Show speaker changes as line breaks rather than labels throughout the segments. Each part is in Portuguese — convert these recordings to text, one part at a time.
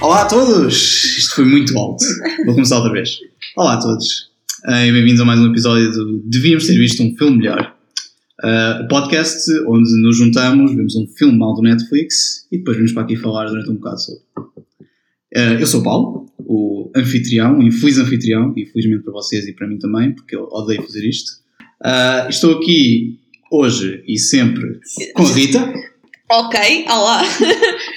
Olá a todos! Isto foi muito alto. Vou começar outra vez. Olá a todos eh, e bem-vindos a mais um episódio do Devíamos Ter Visto um Filme Melhor. Eh, o podcast onde nos juntamos, vemos um filme mal do Netflix e depois vimos para aqui falar durante um bocado sobre. Eh, eu sou o Paulo, o anfitrião, o infeliz anfitrião, infelizmente para vocês e para mim também, porque eu odeio fazer isto. Ah, estou aqui hoje e sempre com a Rita
Ok, olá.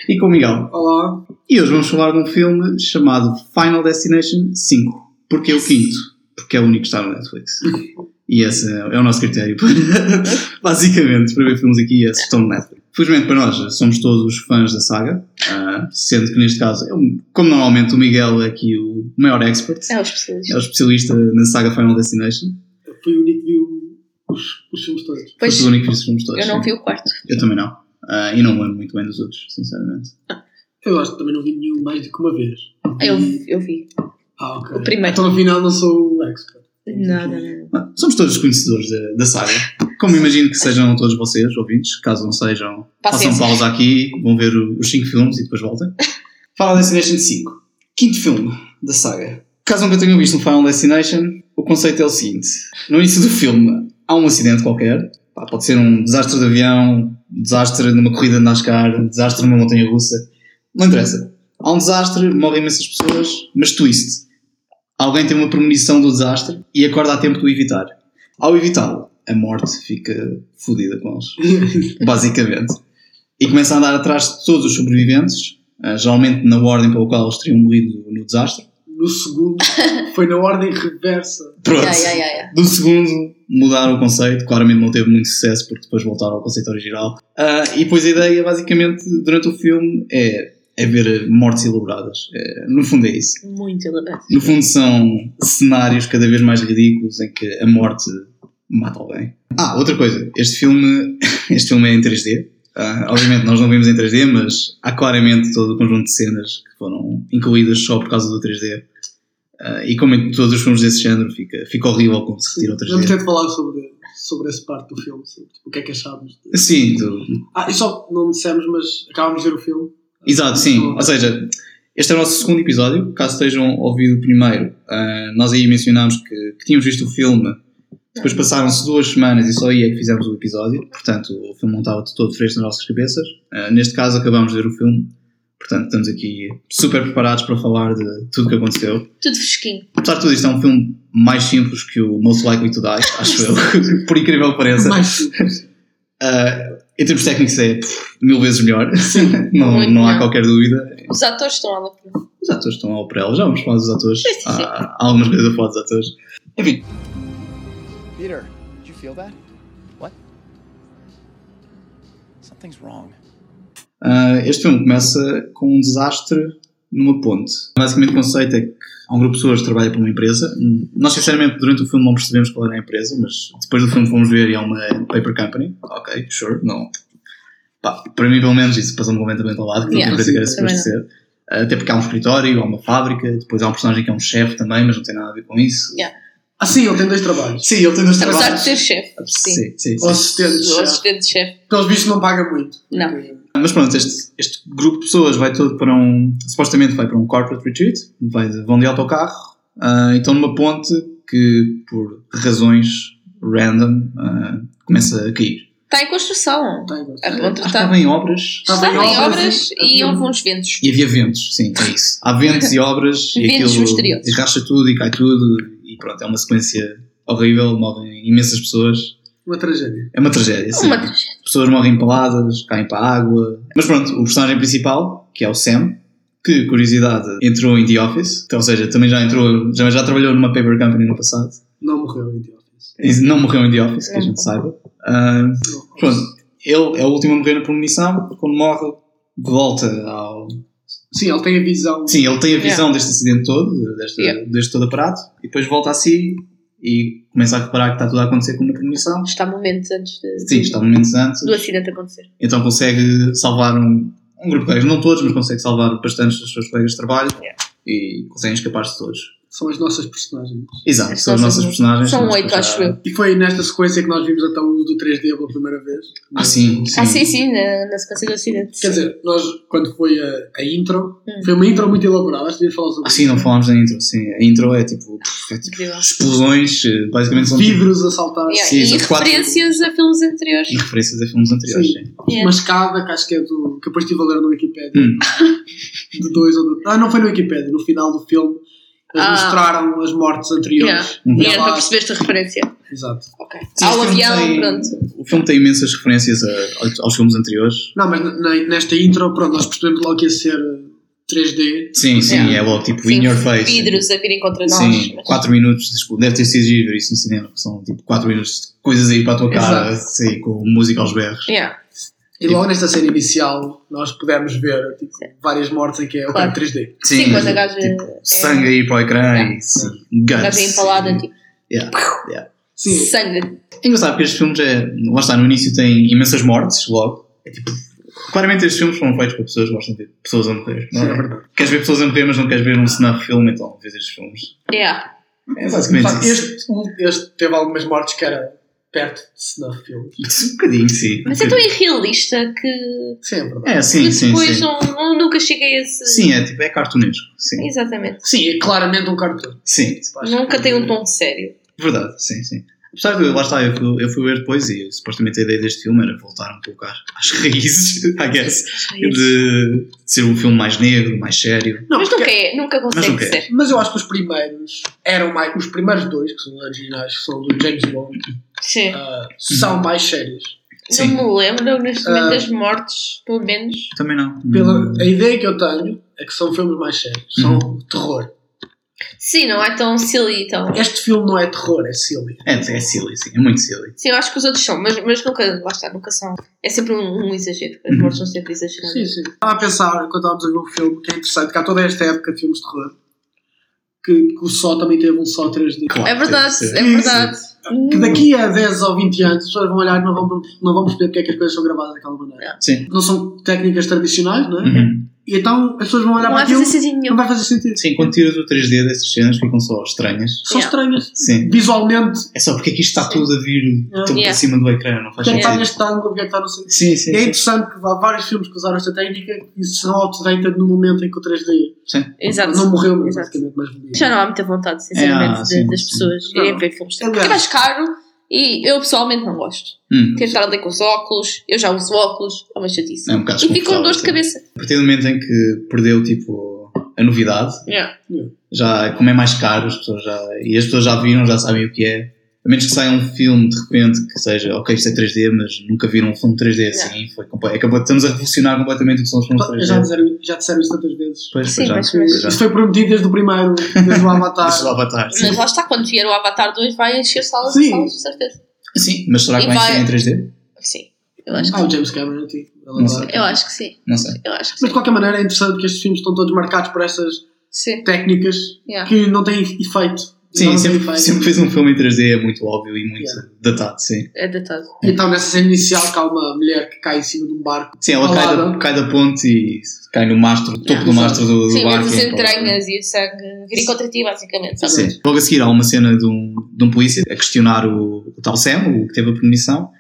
e com o Miguel.
Olá.
E hoje vamos falar de um filme chamado Final Destination 5. Porque é o quinto? Porque é o único que está no Netflix. E esse é o nosso critério. Basicamente, para ver filmes aqui, esses estão no Netflix. Felizmente para nós, somos todos fãs da saga. ah, sendo que neste caso, eu- como normalmente o Miguel é aqui o maior expert,
É os pessoas.
é o especialista na saga Final Destination.
Foi o único que viu os, os filmes todos.
Foi
Pois
o único que viu esses filmes todos.
eu não
sim.
vi o quarto.
Eu também não. Ah, e não me lembro muito bem dos outros, sinceramente.
Eu acho que também não vi nenhum mais do que uma vez.
Eu, eu vi.
Ah, ok.
O primeiro.
Então afinal não sou o expert.
Não, não, não.
Ah, Somos todos conhecedores da, da saga. Como imagino que sejam todos vocês, ouvintes, caso não sejam, façam
Paciência.
pausa aqui, vão ver o- os 5 filmes e depois voltem. Final Destination 5, quinto filme da saga. Caso nunca tenham visto um Final Destination, o conceito é o seguinte: no início do filme há um acidente qualquer, Pá, pode ser um desastre de avião, um desastre numa corrida de NASCAR, um desastre numa montanha russa, não interessa. Há um desastre, morrem imensas pessoas, mas twist. Alguém tem uma premonição do desastre e acorda a tempo de o evitar. Ao evitá-lo, a morte fica fodida com eles basicamente. E começa a andar atrás de todos os sobreviventes, ah, geralmente na ordem pela qual eles teriam morrido no desastre.
no segundo foi na ordem reversa.
Pronto.
Yeah, yeah, yeah, yeah.
Do segundo, mudaram o conceito, claramente não teve muito sucesso porque depois voltaram ao conceito original. Ah, e depois a ideia, basicamente, durante o filme é, é ver mortes elaboradas. É, no fundo é isso.
Muito elevado.
No fundo são cenários cada vez mais ridículos em que a morte mata alguém. Ah, outra coisa, este filme, este filme é em 3D. Ah, obviamente nós não vimos em 3D, mas há claramente todo o conjunto de cenas que foram incluídas só por causa do 3D. Ah, e como em todos os filmes desse género, fica, fica horrível quando se retira o
Vamos
3D.
ter de falar sobre, sobre essa parte do filme. sobre, tipo, o que é que achámos? de-
Sim, do-
Ah, e só não dissemos, mas acabámos de ver o filme. Então,
Exato, sim.
Uhum.
Ou seja, este é o nosso segundo episódio. Caso estejam ouvido o primeiro, ah, nós aí mencionámos que, que tínhamos visto o filme.
Uhum.
Depois passaram-se duas semanas e só aí é que fizemos o episódio. Portanto, o filme não estava de todo fresco nas nossas cabeças. Ah, neste caso, acabámos de ver o filme. Portanto, estamos aqui super preparados para falar de tudo o que aconteceu.
Tudo fresquinho.
Apesar de tudo, isto é um filme mais simples que o Most Likely to Die, acho eu. Por incrível que pareça.
Mais simples.
Ah, em termos técnicos, é pff, mil vezes melhor. Não,
Muito
não há
melhor.
qualquer dúvida.
Os atores estão lá no
Os atores estão ao prelo, já vamos falar dos atores.
Sim, sim, sim.
Há, há algumas coisas a falar dos atores. Enfim,
Peter, did you feel that? What? Something's wrong.
ah, este filme começa com um desastre numa ponte. Basicamente, o conceito é que há um grupo de pessoas que trabalha para uma empresa. Hum, Nós, sinceramente, durante o filme não percebemos qual era a empresa, mas depois do filme fomos ver e é uma paper company. Ok, sure, não. Pá, para mim, pelo menos, isso passou-me completamente ao lado, que
Yeah,
yeah, empresa que era
também
suposto ser. Até porque há um escritório, há uma fábrica, depois há um personagem que é um chefe também, mas não tem nada a ver com isso.
Ah, sim, ele tem dois trabalhos.
Sim, ele tem dois
Apesar de
trabalhos.
ser chefe. Sim.
Sim, sim, sim.
Ou assistentes.
O
já.
assistente de chefe.
Pelos vistos não paga muito.
Não.
Ah, Mas pronto, este, este grupo de pessoas vai todo para um. Supostamente vai para um corporate retreat, vai de- vão de autocarro, ah, então numa ponte que, por razões random, ah, começa a cair.
Está em construção.
Tem, mas-
A
Acho
ponte
que
está.
estava em obras.
estava
Estava
em
em
obras
obras
e- um-
e houve uns ventos.
E havia ventos, sim, é isso. Há ventos e obras e
Ventos
aquilo
misteriosos.
desracha tudo e cai tudo e pronto, é uma sequência horrível, morrem imensas pessoas.
Uma tragédia.
É uma tragédia, sim.
Uma tragédia.
pessoas morrem peladas, caem para a água. Mas pronto, o personagem principal, que é o Sam, que, curiosidade, entrou em The Office, Então, ou seja, também já entrou, já, já trabalhou numa paper company no passado,
Não morreu em The Office.
e não morreu em The Office, que a gente saiba. Ah,
Não.
pronto, ele é o último a morrer na premonição, quando morre, volta ao.
Sim, ele tem a visão.
Sim, ele tem a visão deste acidente todo, deste,
Yeah.
deste todo aparato, e depois volta a si e começa a reparar que está tudo a acontecer como na premonição.
Está momentos antes de-
Sim, está momentos antes.
do acidente acontecer.
Então consegue salvar um, um grupo de colegas, não todos, mas consegue salvar bastantes dos seus colegas de trabalho e conseguem escapar-se todos.
São as nossas personagens.
Exato,
As
são as nossas
nossas-
personagens.
um- são
nós
oito,
depois
acho
já-
eu.
E foi nesta sequência que nós vimos até o do 3D pela primeira vez.
Ah, sim, sim.
Ah, sim, sim, na, na sequência do acidente.
Quer dizer, nós, quando foi a, a intro,
Hum.
foi uma intro muito elaborada, acho que devíamos falar sobre
Ah, sim, não falámos da intro, sim. A intro é tipo, é tipo
Incrível.
explosões, eh, basicamente são tipo,
vidros a saltar,
Yeah,
sim,
e
são quatro-
referências a filmes anteriores.
referências a filmes anteriores.
Sim.
Sim.
Yeah.
uma escada que acho que é do. que eu depois estive a ler no Wikipedia,
Hum.
de dois ou do. Ah, não foi no Wikipedia, no final do filme eles
Ah.
mostraram as mortes
Yeah.
anteriores.
Uhum.
E
Ela-
era para perceberes a referência.
Exato.
Ok.
Sim,
Ao
este filme
avião,
tem-
pronto.
O filme tem imensas referências a- aos, aos filmes anteriores.
Não, mas na- nesta intro, pronto, nós percebemos logo que ia ser eh, 3D.
Sim, sim,
Yeah.
é logo tipo
Sim,
in your face.
Vidros a virem contra nós.
Sim,
mas-
4 minutos, tipo, deve ter sido giro ver isso no cinema, que são tipo 4 minutos de coisas aí para a tua cara, sim, com música aos berros.
Yeah.
E logo nesta cena inicial, nós pudemos ver tipo, várias mortes em que é o
Claro.
3D.
Sim, quando a gaja.
tipo,
é,
sangue aí para o ecrã e sim,
A gaja
guts.
empalada, tipo,
Yeah.
Sim.
sangue.
É engraçado porque estes filmes, é, lá está, no início tem imensas mortes, logo. É tipo, claramente estes filmes foram feitos para pessoas que gostam de ver pessoas a morrer. Não
Sim, é
é?
verdade.
Queres ver pessoas a morrer, mas não queres ver um snuff filme, então vês estes filmes.
Yeah.
É basicamente
Pá,
isso.
este, um, este teve algumas mortes que era perto de snuff films.
Um bocadinho, sim.
Mas é tão irrealista que,
Sim, é verdade.
É,
que
sim, sim,
depois
sim.
Não, não- nunca cheguei a esse.
Sim, é tipo, é cartunesco. Sim,
Exatamente.
Sim, é claramente um cartoon.
sim.
Acho
Nunca
que-
tem um tom sério.
Verdade, sim, sim. Apesar de, lá está, eu fui, eu fui ver depois e supostamente a ideia deste filme era voltar um pouco às, às raízes, I guess, de, de ser um filme mais negro, mais sério.
Não,
Mas
porque-
nunca é, nunca consegue
nunca é.
ser.
Mas eu acho que os primeiros eram mais. Os primeiros dois, que são os originais, que são do James Bond,
Sim.
ah, são mais sérios.
Sim.
Não me lembro neste momento
Ah.
das mortes, pelo menos.
Também não.
Pela,
Hum.
a ideia que eu tenho é que são filmes mais sérios. São terror.
Sim, não é tão silly, então.
Este filme não é terror, é silly.
É, é silly, sim, é muito silly.
Sim, eu acho que os outros são, mas, mas nunca, lá está, nunca são. É sempre um, um exagero. As
Uhum.
mortes são sempre exageradas.
Sim, sim. Estava a pensar, quando estávamos a ver um filme, que é interessante, que há toda esta época de filmes de terror, que, que o Só também teve um Só 3D.
Claro,
É verdade,
sim, sim.
é verdade.
Que daqui a 10 ou 20 anos as pessoas vão olhar e não vão, não vão perceber porque é que as coisas são gravadas daquela maneira.
Sim.
Não são técnicas tradicionais, não é?
Uhum.
E então as pessoas vão olhar
Não vai
para aquilo
fazer sentido
não
nenhum.
vai fazer sentido.
Sim, quando tiras o 3D dessas cenas ficam só estranhas.
São
Yeah.
estranhas.
Sim.
Visualmente,
É só porque é que isto está tudo a vir
Yeah.
tão para
Yeah.
cima do ecrã, não faz
porque é que está
sentido.
neste ângulo, porque é que está no sentido.
Sim, sim,
E é
sim.
interessante que há vários filmes que usaram esta técnica e são outdated no momento em que o 3D
Exato.
não morreu, mas
Exato.
basicamente, mas morreu.
Já não há muita vontade, sinceramente,
É, ah,
de-
sim,
das
sim.
pessoas
Não.
irem ver filmes.
Aliás-
Porque é mais caro e eu pessoalmente não gosto.
Hum.
Quero estar ali com os óculos, eu já uso óculos, é uma chatice.
É um bocado
e fico com dor de
desconfortável,
cabeça.
A partir do momento em que perdeu tipo, a novidade,
Yeah.
já, como é mais caro, as pessoas já, e as pessoas já viram, já sabem o que é. A menos que saia um filme de repente que seja, ok, isto é 3D, mas nunca viram um filme 3D assim. Foi, compa- acabou, estamos a revolucionar completamente o que são os filmes
Pá, Já
3D.
disseram, já disseram isso tantas vezes.
Pois,
Sim,
já,
mas-
pois já.
Isto foi prometido desde o primeiro, desde o Avatar.
Tá. Isso do Avatar. Sim.
Mas lá está, quando vier o Avatar 2 vai encher salas
Sim.
e salas, de certeza.
Sim, mas será que
E
vai
vai-
ser em 3D?
Sim, eu acho que
Ah, o James Cameron, tipo. ele
Não sei.
adora.
Eu acho que sim,
Não sei.
eu acho que
Mas
sim.
de qualquer maneira é interessante que estes filmes estão todos marcados por estas
Sim,
técnicas
yeah.
que não têm efeito.
Sim,
não têm
sempre,
efeito.
sempre fez um filme em 3D, é muito óbvio e muito
Yeah.
datado, sim.
é datado.
E então nessa cena inicial que há uma mulher que cai em cima de um barco.
Sim, ela cai
Alada.
da, cai da ponte e cai no mastro, topo
Yeah.
do mastro do, do
Sim,
barco.
mas as
e é para-
entranhas e o sangue virem contra ti, basicamente. sabe?
Sim. Logo a seguir há uma cena de um, de um polícia a questionar o, o tal Sam, o que teve a premonição.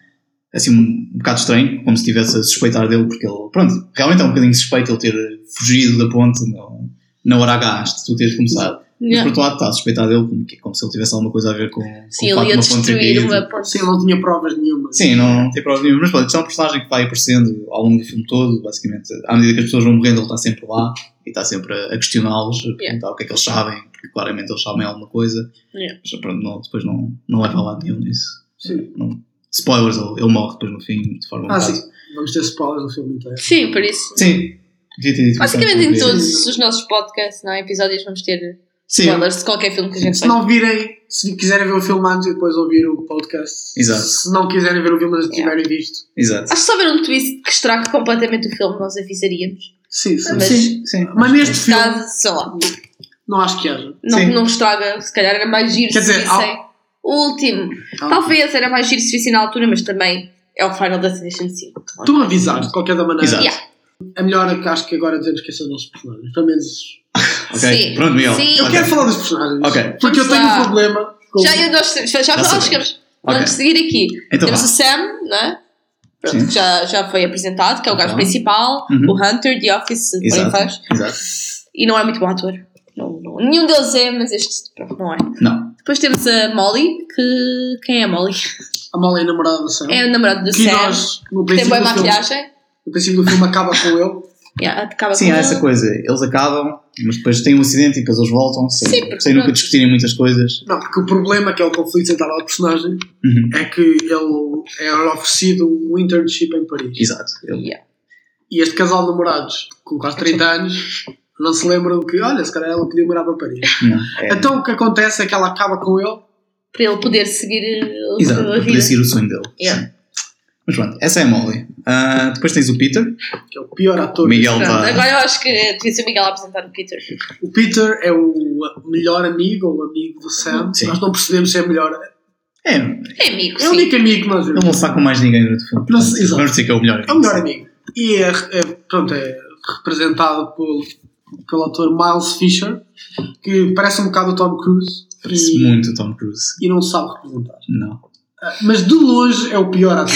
Assim, um, um bocado estranho, como se estivesse a suspeitar dele, porque ele, pronto, realmente é um bocadinho suspeito ele ter fugido da ponte no, na hora H, antes de tu teres começado. Mas por
Yeah.
outro lado, está a suspeitar dele como, que- é como se ele tivesse alguma coisa a ver com,
Sim,
com o facto de
ele ia
uma ponte ter
destruir
caído.
uma ponte.
Sim, ele não tinha provas nenhuma.
Sim, não, não tem prova nenhuma. Mas pronto, isto é um personagem que vai aparecendo ao longo do filme todo, basicamente. À medida que as pessoas vão morrendo, ele está sempre lá e está sempre a a questioná-los, a perguntar o que é que eles sabem, porque claramente eles sabem alguma coisa.
Yeah.
Mas pronto, não, depois não, não leva a lado nenhum nisso.
Sim.
Não- Spoilers, ele, ele morre depois no fim, de forma um
Ah,
bocado-
sim. Vamos ter spoilers no filme então. inteiro.
Sim, por isso.
Sim, devia ter dito.
Basicamente
bastante
em
sobre isso.
todos os nossos podcasts, não é? episódios, vamos ter
Sim,
spoilers de qualquer filme que a gente
Se
faz.
não virem, se quiserem ver o filme antes e depois ouvir o podcast.
Exato.
Se não quiserem ver o filme, mas tiverem visto.
exato.
Acho que se houver um twist que estrague completamente o filme, nós avisaríamos.
Sim, sim.
Mas-
Sim.
sim, sim.
Mas neste
Neste
filme,
caso, sei lá,
não acho que haja.
não,
Sim.
não estraga, se calhar era mais giro
Quer
se
dizer,
vissem o último.
Ah,
Talvez era mais giro se vissem na altura, mas também é o Final Destination 5.
Tu me avisaste, de qualquer da maneira.
Exato.
Yeah.
É melhor que acho que agora dizemos que são os nossos personagens. Pelo menos
Ok?
Sim.
Pronto, Miguel.
Sim.
Ok.
Eu quero falar dos personagens.
Ok.
Porque eu tenho
Vamos lá.
um problema com.
Já eu gosto, já, já
Já
falamos,
sabemos.
chegamos. Vamos
Ok.
seguir aqui.
Então
Temos
vá.
o Sam, né? Pronto,
Sim.
que já, já foi apresentado, que é o gajo
Então.
principal,
Uhum.
o Hunter, The Office, por aí
Exato.
faz.
Exato.
E não é muito bom ator. Não, não- nenhum deles é, mas este pronto, não é.
Não.
Depois temos a Molly, que. Quem é a Molly?
A Molly é namorada do Sam.
É a namorada do
que
Sam.
nós, no
que Tem
princípio,
boa
do filme,
maquilhagem.
no princípio do filme acaba com ele.
Yeah, acaba
Sim,
com
há
ele.
essa coisa. Eles acabam, mas depois têm um acidente e depois eles voltam sem,
Sim, porque
sem nunca
pronto.
discutirem muitas coisas.
Não, porque o problema que é o conflito central do personagem
Uhum.
é que ele é oferecido um internship em Paris.
Exato. Ele-
Yeah.
E este casal de namorados, com quase 30 anos, não se lembram que, olha, se calhar ela podia morar para Paris.
não, é-
Então o que acontece é que ela acaba com ele.
Para ele poder seguir uh,
Exato,
a
para
vida.
poder seguir o sonho dele.
Yeah.
Sim. Mas pronto, essa é a Molly. Ah, depois tens o Peter.
que é o pior ator.
O Miguel tá-
Pronto,
está.
agora eu acho que eh, devia ser o Miguel a apresentar o Peter.
O Peter é o melhor amigo ou amigo do Sam.
Sim.
Nós não percebemos se é melhor.
É, ele
É amigo,
É o
sim.
único amigo que nós vemos.
não está com mais ninguém durante o filme.
Não
portanto,
sei, exato.
Vamos dizer que é o melhor.
É o melhor amigo. E é, é, pronto, é representado pelo, pelo ator Miles Fisher, que parece um bocado o Tom Cruise.
Parece
e,
muito o Tom Cruise.
e não sabe representar.
Não.
Mas de longe é o pior ator.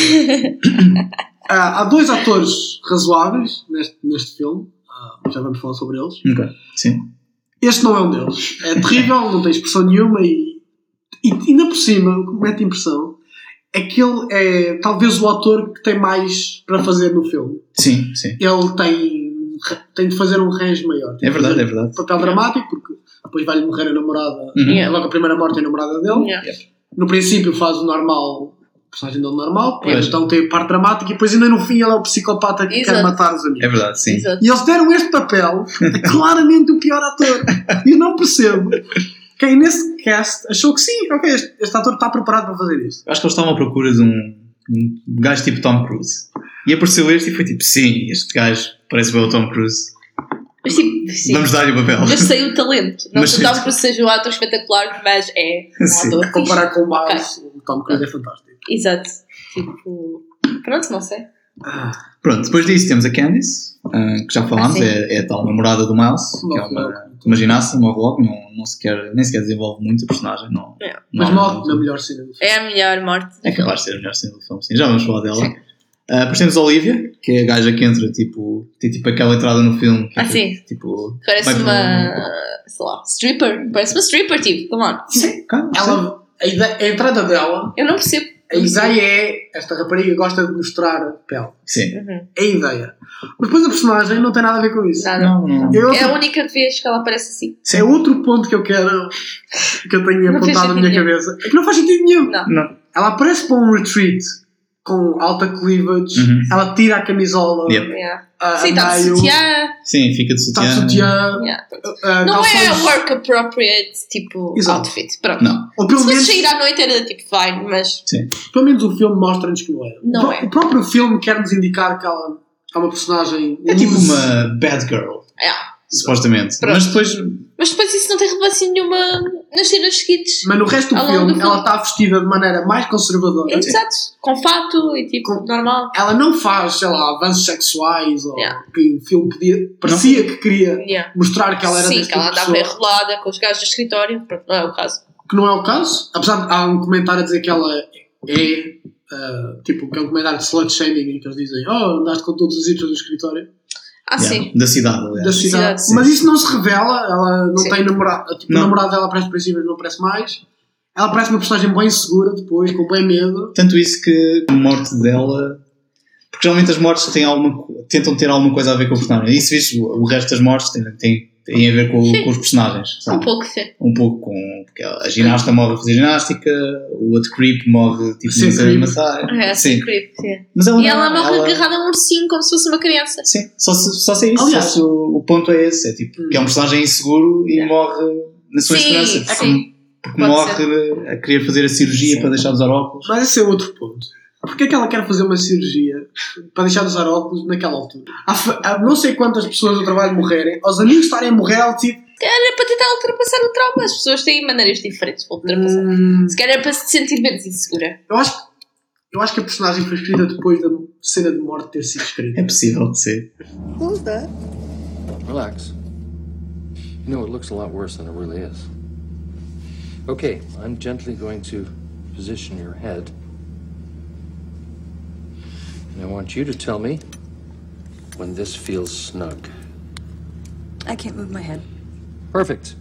Ah, há dois atores razoáveis neste, neste filme. Ah, já vamos falar sobre eles.
Nunca. Sim.
Este não é um deles. É terrível, não tem expressão nenhuma e, e ainda por cima, o que me mete impressão é que ele é talvez o ator que tem mais para fazer no filme.
Sim, sim.
Ele tem, tem de fazer um range maior. Tem
É
de
verdade,
fazer
é verdade.
Um papel dramático, porque depois vai-lhe morrer a namorada.
Uhum.
Yeah.
Logo a primeira morte é a namorada dele.
Yeah.
No princípio faz o normal, o personagem dele normal, depois
Pois.
então tem a parte dramática e depois ainda no fim ele é o psicopata que
Exato.
quer matar os amigos.
É verdade, sim.
Exato.
E eles deram este papel a claramente o pior ator. E eu não percebo quem nesse cast achou que sim, ok, este, este ator está preparado para fazer isto.
Eu Acho que eles estavam à procura de um, um gajo tipo Tom Cruise. E apareceu este e foi tipo: sim, este gajo parece bem o Tom Cruise.
Mas tipo, sim.
Vamos dar-lhe o papel.
Mas saiu o talento. Não
Mas
se
sim.
dá para seja um ator espetacular, mas é um
Sim.
ator.
A comparar com o Miles, o Tom Cruise é fantástico.
fixe. Exato. Tipo. Pronto, não sei.
Ah,
Pronto, depois disso temos a Candice, ah, que já falámos,
Ah, sim.
é, é a tal namorada do Miles, que é
Morre
uma,
logo.
uma ginasta, morre logo, não, não sequer, nem sequer desenvolve muito a personagem. Não,
É.
mas
não-
mal na melhor cena do filme.
É a melhor morte.
É capaz de ser a melhor cena do filme, sim. Já vamos falar dela. Ah, depois temos a Olivia, que é a gaja que entra, tipo, tem tipo aquela entrada no filme. Que
Ah,
é,
sim.
Tipo,
Parece
Vai para
uma. Sei lá. Stripper. Parece uma stripper, tipo. Come on.
sim, claro, sim.
Ela, a, ide- a entrada dela,
Eu não percebo.
a ideia é. Esta rapariga gosta de mostrar a pele.
Sim.
Uhum.
É a ideia. Mas depois a personagem não tem nada a ver com isso.
Nada.
Não, não.
Eu-
É a única vez que ela aparece assim.
É outro ponto que eu quero. que eu tenho
Não fez
apontado
sentido
na minha
nenhum.
cabeça. É que não faz sentido nenhum.
Não.
Não.
Ela aparece para um retreat com alta cleavage,
Uhum.
ela tira a camisola
Yep.
Yeah.
a,
É. Sim, tá, está
a
de
meio,
sutiã.
Sim, fica de
está
sutiã.
Tá de sutiã,
Yeah.
a- a
Não é
calções-
work appropriate, tipo,
Exato.
outfit. Pronto.
Não.
Ou pelo
Se fosse
menos,
sair à noite era tipo fine, mas.
pelo menos o filme mostra-nos que não é.
Não
o, pro-
é.
o próprio filme quer-nos indicar que ela é uma personagem.
É tipo
loose.
uma bad girl.
É.
Supostamente.
Pronto.
Mas depois.
Mas depois isso não tem relevância nenhuma nas cenas seguintes.
Mas no resto do
Ao longo
filme,
do filme.
ela está vestida de maneira mais conservadora.
Exato, com fato e tipo,
Com-
normal.
Ela não faz, sei lá, avanços sexuais ou
Yeah.
que o filme podia, parecia que queria
Yeah.
mostrar que ela era
Sim,
deste
que ela
tipo de
andava
pessoa.
enrolada com os gajos do escritório, pronto, não é o caso.
que não é o caso. Apesar de há um comentário a dizer que ela é, ah, tipo, que é um comentário de slut shaming em que eles dizem, oh, andaste com todos os itens do escritório
Ah,
Yeah,
sim.
Da cidade, aliás.
da
Cidade,
cidade.
sim.
Mas isso não se revela, ela não
Sim.
tem namorado, tipo,
Não.
o namorado dela aparece no princípio, não aparece mais. Ela parece uma personagem bem segura depois, com bem medo.
Tanto isso que a morte dela. Porque geralmente as mortes têm alguma, co- tentam ter alguma coisa a ver com o personagem. E se viste o o resto das mortes tem, tem, tem a ver com,
Sim.
com os personagens.
Tá.
Um
Sabe?
pouco sim.
Um pouco com. Porque a ginasta morre a fazer ginástica, o outro creep morre tipo
Sim,
numa cena de
creep.
massagem.
É,
Sim.
sim. creepy, sim.
Mas ela
E ela
não,
morre agarrada a um ursinho como se fosse uma criança.
Sim, só se, só se é isso.
Aliás.
só se o, o ponto é esse. É tipo, que é um personagem inseguro e
É.
morre na sua
Hum. Sim,
esperança. Porque,
sim.
porque
Pode
morre a querer fazer a cirurgia
Sim.
para deixar de usar óculos.
Mas esse é outro ponto. Porquê é que ela quer fazer uma cirurgia para deixar de usar óculos naquela altura? Há, fa- há não sei quantas pessoas do trabalho morrerem, aos amigos estarem a morrer, ela tipo.
Era para tentar ultrapassar o trauma. As pessoas têm maneiras diferentes para ultrapassar.
"Hum,
Se calhar é para se sentir menos insegura.
Eu acho, eu acho que a personagem foi escrita depois da cena de morte ter sido escrita.
É possível de ser.
Who's that? Relax.
You know, it looks a lot worse than it really is. Okay, I'm gently going to position your head. And I want you to tell me when this feels snug.
I can't move my head.
Perfect.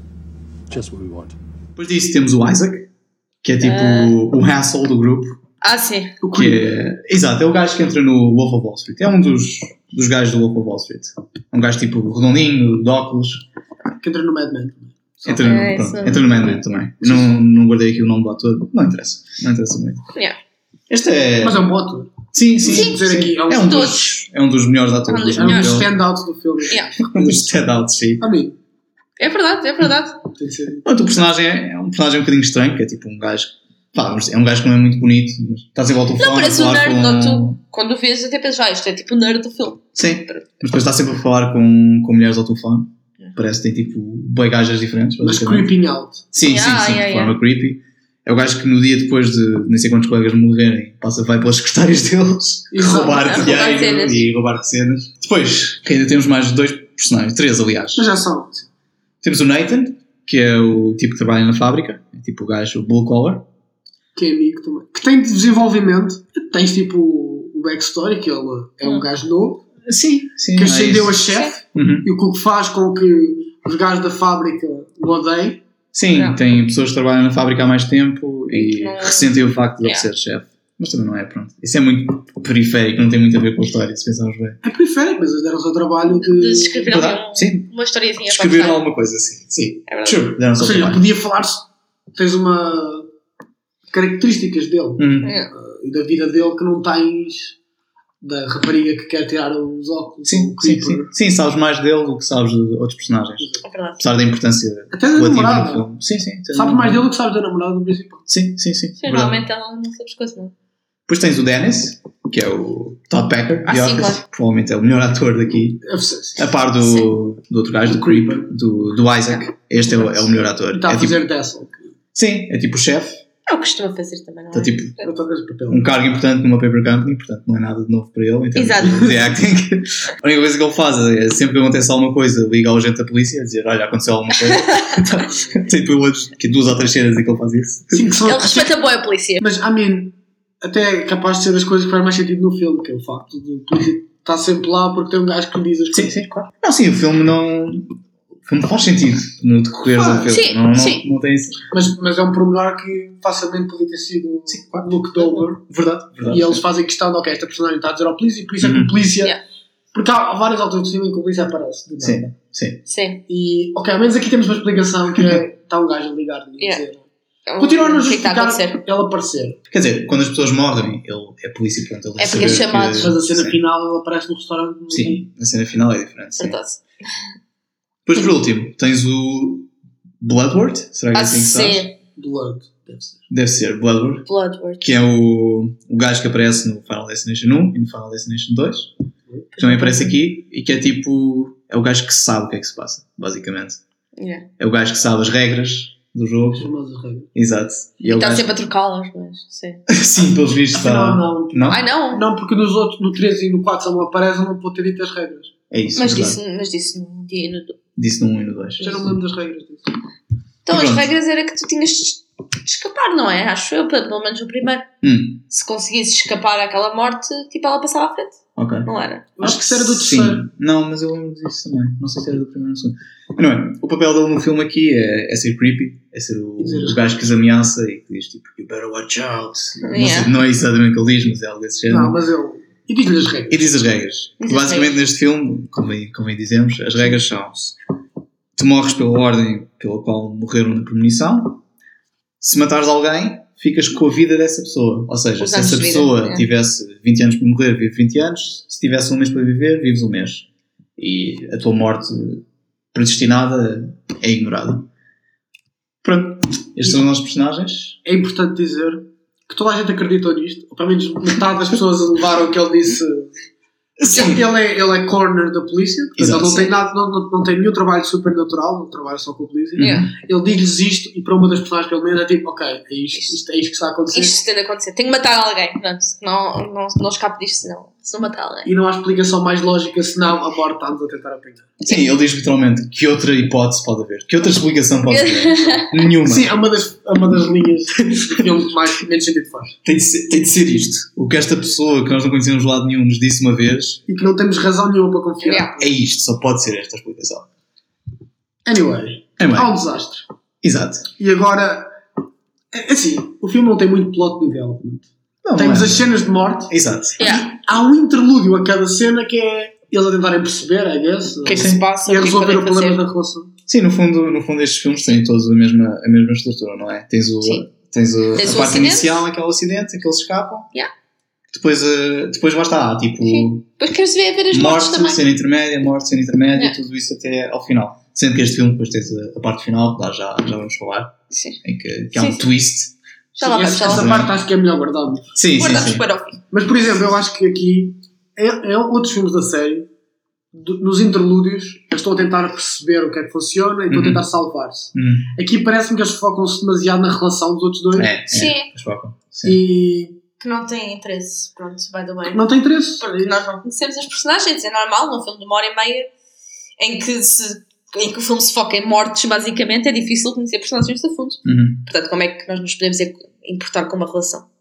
Just what we want.
Depois disso temos o Isaac, que é tipo o o hassle do grupo.
Ah, sim.
O
Que
que
é, exato, é o gajo que entra no Wolf of Wall Street. É um dos, dos gajos do Wolf of Wall Street. Um gajo tipo redondinho, de óculos.
que entra no Mad Men.
Entra no,
É,
pronto,
isso.
entra no Man Man também. Não, não guardei aqui o nome do ator. Não interessa. Não interessa muito.
Yeah.
Este é.
Mas é um bom ator.
Sim, sim.
Sim. Dizer aqui, é um
é, um
dos-
dos, é um dos melhores atores.
É um dos
É um dos
Melhor.
standouts do filme.
Yeah.
Um dos standouts, sim.
A mim,
É verdade, é verdade.
tem que ser.
Pronto, o personagem é, é um personagem um bocadinho estranho, que é tipo um gajo. Pá, mas é um gajo que não é muito bonito. mas Está sempre ao telefone.
Não,
a
parece um
falar
nerd,
com-
não, tu, quando o vês, até pensas, ah, isto é tipo o nerd do filme.
Sim. Mas depois está sempre a falar com, com mulheres ao telefone. Parece que tem tipo bem gajas diferentes.
Mas
basicamente.
creeping out.
Sim,
Yeah,
sim, sim,
yeah,
de forma creepy. É o gajo que no dia depois de nem sei quantos colegas morrerem, passa, vai pelas secretárias deles
Exato.
roubar
A roubar
dinheiro
cenas.
e roubar cenas. Depois, que ainda temos mais dois personagens, três aliás.
Mas já são.
Temos o Nathan, que é o tipo que trabalha na fábrica, é tipo o gajo o blue collar.
Que é amigo também. Que tem desenvolvimento. Tens tipo o backstory, que ele é um
Hum.
gajo novo,
Sim, sim. é
que
mas-
ascendeu a chefe,
Uhum.
e o que faz com que os gajos da fábrica o odeiem.
Sim,
Não.
tem pessoas que trabalham na fábrica há mais tempo e
que não-
ressentem o facto de ele
Yeah.
ser chefe. Mas também não é, pronto. Isso é muito periférico, não tem muito a ver com a história, se pensarmos bem.
É periférico, mas eles deram-se ao trabalho
De
de.
escrever
Verdade?
um-
Sim.
uma historiazinha para
Escreveram
contar.
alguma coisa, sim. Sim.
É verdade.
Sure, deram
Ou
só
seja,
trabalho.
podia falar-se. Tens uma. características dele
Uhum.
É.
e da vida dele que não tens da rapariga que quer tirar os óculos.
Sim,
o
sim,
creeper.
sim. Sim, sabes mais dele do que sabes de outros personagens.
É verdade.
Apesar da importância
Até da
relativa no
namorada.
filme. Sim, sim. tens
um Sabes
um-
mais dele do que sabes da namorada do principal.
Sim, sim, sim.
Sim,
verdade.
Normalmente ela não sabe as coisas, não.
Depois tens o Dennis, que é o Todd Packer,
Ah,
The
sim,
Office,
claro.
que provavelmente é o melhor ator daqui.
É verdade.
A par
Sim.
do, do outro gajo,
Do
do Creep, do, do Isaac. Este é o, é o melhor ator. É
Tá
Está tá a
tipo,
fazer Tessel.
sim, é tipo o chefe.
É o que costuma fazer também, não é?
Está tipo
Não tocas papel.
um cargo importante numa paper company, portanto não é nada de novo para ele. Então,
Exato.
De acting. A única coisa que ele faz é sempre que acontece alguma coisa, liga ao agente da polícia e dizer: Olha, aconteceu alguma coisa. Então, Tem pelo menos que duas ou três cenas em que ele faz isso.
Sim, que são.
Ele respeita bem a polícia.
Mas, I mean, até é capaz de ser das coisas que faz mais sentido no filme, que é o facto de o polícia estar sempre lá porque tem um gajo que lhe diz as coisas.
sim, claro. Não, sim, o filme não. O filme faz sentido no decorrer
Ah,
do filme.
sim,
não, não,
sim.
não tem
Mas, mas é um pormenor que facilmente podia ter sido
Sim, claro.
looked over.
Verdade, verdade.
E eles fazem questão de, ok, esta personagem está a dizer ao polícia e por isso é que
Uhum.
o polícia.
Yeah.
Porque há, há várias alturas do filme em que o polícia aparece. do nada.
Sim, sim.
Sim.
E, ok, ao menos aqui temos uma explicação que é.
Uhum.
Está um gajo a ligar-lhe e
Yeah.
dizer. Continuaram a
O que é que está a
justificar
acontecer?
ele aparecer.
Quer dizer, quando as pessoas morrem, ele é polícia, portanto ele
É porque é
saber
chamado.
que-
Mas a cena
sim.
final é ele aparece no restaurante. não tem-
Sim, a cena final é diferente. sim.
Verdade.
Depois, por último, tens o Bloodworth. Será que é
Ah,
assim que sabes?
sim.
Blood, deve ser.
Deve ser Bloodworth,
Bloodworth.
que é o, o gajo que aparece no Final Destination 1 e no Final Destination 2. Que também aparece aqui e que é tipo. É o gajo que sabe o que é que se passa, basicamente.
Yeah.
É o gajo que sabe as regras do jogo.
As famosas regras.
Exato. E é o
Está
gajo...
tá sempre a trocá-las, mas sim.
Sim, pelos vistos
Afinal,
está.
não.
Não?
Ai não!
Não, porque nos outros, no 13 e no 4 só não aparecem, não pode ter dito as regras.
É isso.
Mas
verdade.
disse, mas disse num dia no
Disse no 1 e no 2.
Já não me lembro das regras disso.
Então as
Pronto.
regras era que tu tinhas de escapar, não é? Acho eu, pelo menos o primeiro.
Hum,
Se conseguisses escapar àquela morte, tipo, ela passava à frente,
ok.
não era?
Eu Acho que isso era do terceiro.
Sim. Não, mas eu lembro disso também. Não sei se era do primeiro ou do segundo. Mas Não é. O papel dele no filme aqui é, é ser creepy, é ser o,
E dizer as
o gajo que os ameaça e que diz tipo You better watch out. Não,
Yeah.
sei, não é exatamente o que ele diz, mas é algo desse género.
Não, mas ele. E diz-lhe as regras.
E diz as regras.
Diz as
Basicamente neste filme, convém, convém dizermos, as regras são tu morres pela ordem pela qual morreram na premonição, se matares alguém, ficas com a vida dessa pessoa. Ou seja,
Os
se
anos
essa
de vida,
pessoa
é.
tivesse 20 anos para morrer, vive 20 anos, se tivesse um mês para viver, vives um mês. E a tua morte predestinada é ignorada. Pronto, estes são os nossos personagens.
É importante dizer que toda a gente acreditou nisto. Ou pelo menos metade das pessoas levaram o que ele disse. Ele é, ele é corner da polícia, portanto
Exato.
ele não tem, nada, não, não, não tem nenhum trabalho supernatural, ele trabalha só com a polícia.
Uhum.
Yeah.
Ele diz-lhes isto e para uma das personagens pelo menos é tipo, ok, é isto, isto- é isto que está a acontecer.
Isto tem de acontecer. Tenho que matar alguém. Pronto, não, não, não escapo disto, senão se não matar alguém.
E não há explicação mais lógica senão a morte está-nos a tentar apanhar.
Sim, ele diz literalmente que outra hipótese pode haver, que outra explicação pode haver. Nenhuma.
Sim, é uma das, é uma das linhas do filme que mais, menos sentido faz.
Tem, de ser, tem de ser isto. O que esta pessoa que nós não conhecemos de lado nenhum nos disse uma vez
E que não temos razão nenhuma para confiar.
Yeah.
é isto, só pode ser esta explicação.
Anyway,
É bem.
há um desastre.
Exato.
E agora, é- assim, o filme não tem muito plot development.
Não,
Temos
não é.
as cenas de morte.
Exato.
Yeah.
Há um interlúdio a cada cena que é eles a tentarem perceber, I guess. eh,
O que é que se passa?
e a
o que é que
resolver o
podem
problema
fazer?
da relação.
Sim, no fundo, no fundo estes filmes têm todos a mesma, a mesma estrutura, não é? Tens, o,
Sim.
tens, o,
Tens
a
o
parte
acidente.
inicial, aquele acidente, em que eles escapam.
Yeah.
Depois, eh, depois lá está, há, tipo,
Sim. Depois queres ver, ver as mortes
morte,
também.
cena intermédia, morte, cena intermédia,
Yeah.
tudo isso até ao final. Sendo que este filme depois tens a, a parte final, que lá já, já vamos falar,
Sim.
em que, que há um
Sim, sim.
twist.
Já lá
Sim,
vamos,
essa,
já lá
essa
vamos.
parte acho que é melhor guardarmos.
Sim, sim,
Guardamos
sim.
para o fim.
Mas, por exemplo, eu acho que aqui, em, em outros filmes da série, do- nos interlúdios, eles estão a tentar perceber o que é que funciona e
Uhum.
estão a tentar salvar-se.
Hum,
Aqui parece-me que eles focam-se demasiado na relação dos outros dois
É, é.
Sim.
Mas foco, Sim.
e
Que não tem interesse. Pronto, vai do bem.
não tem interesse.
Porque nós não conhecemos as personagens, é normal, num filme de uma hora e meia em que, se, em que o filme se foca em mortes, basicamente, é difícil conhecer personagens a fundo.
Uhum.
Portanto, como é que nós nos podemos importar com uma relação?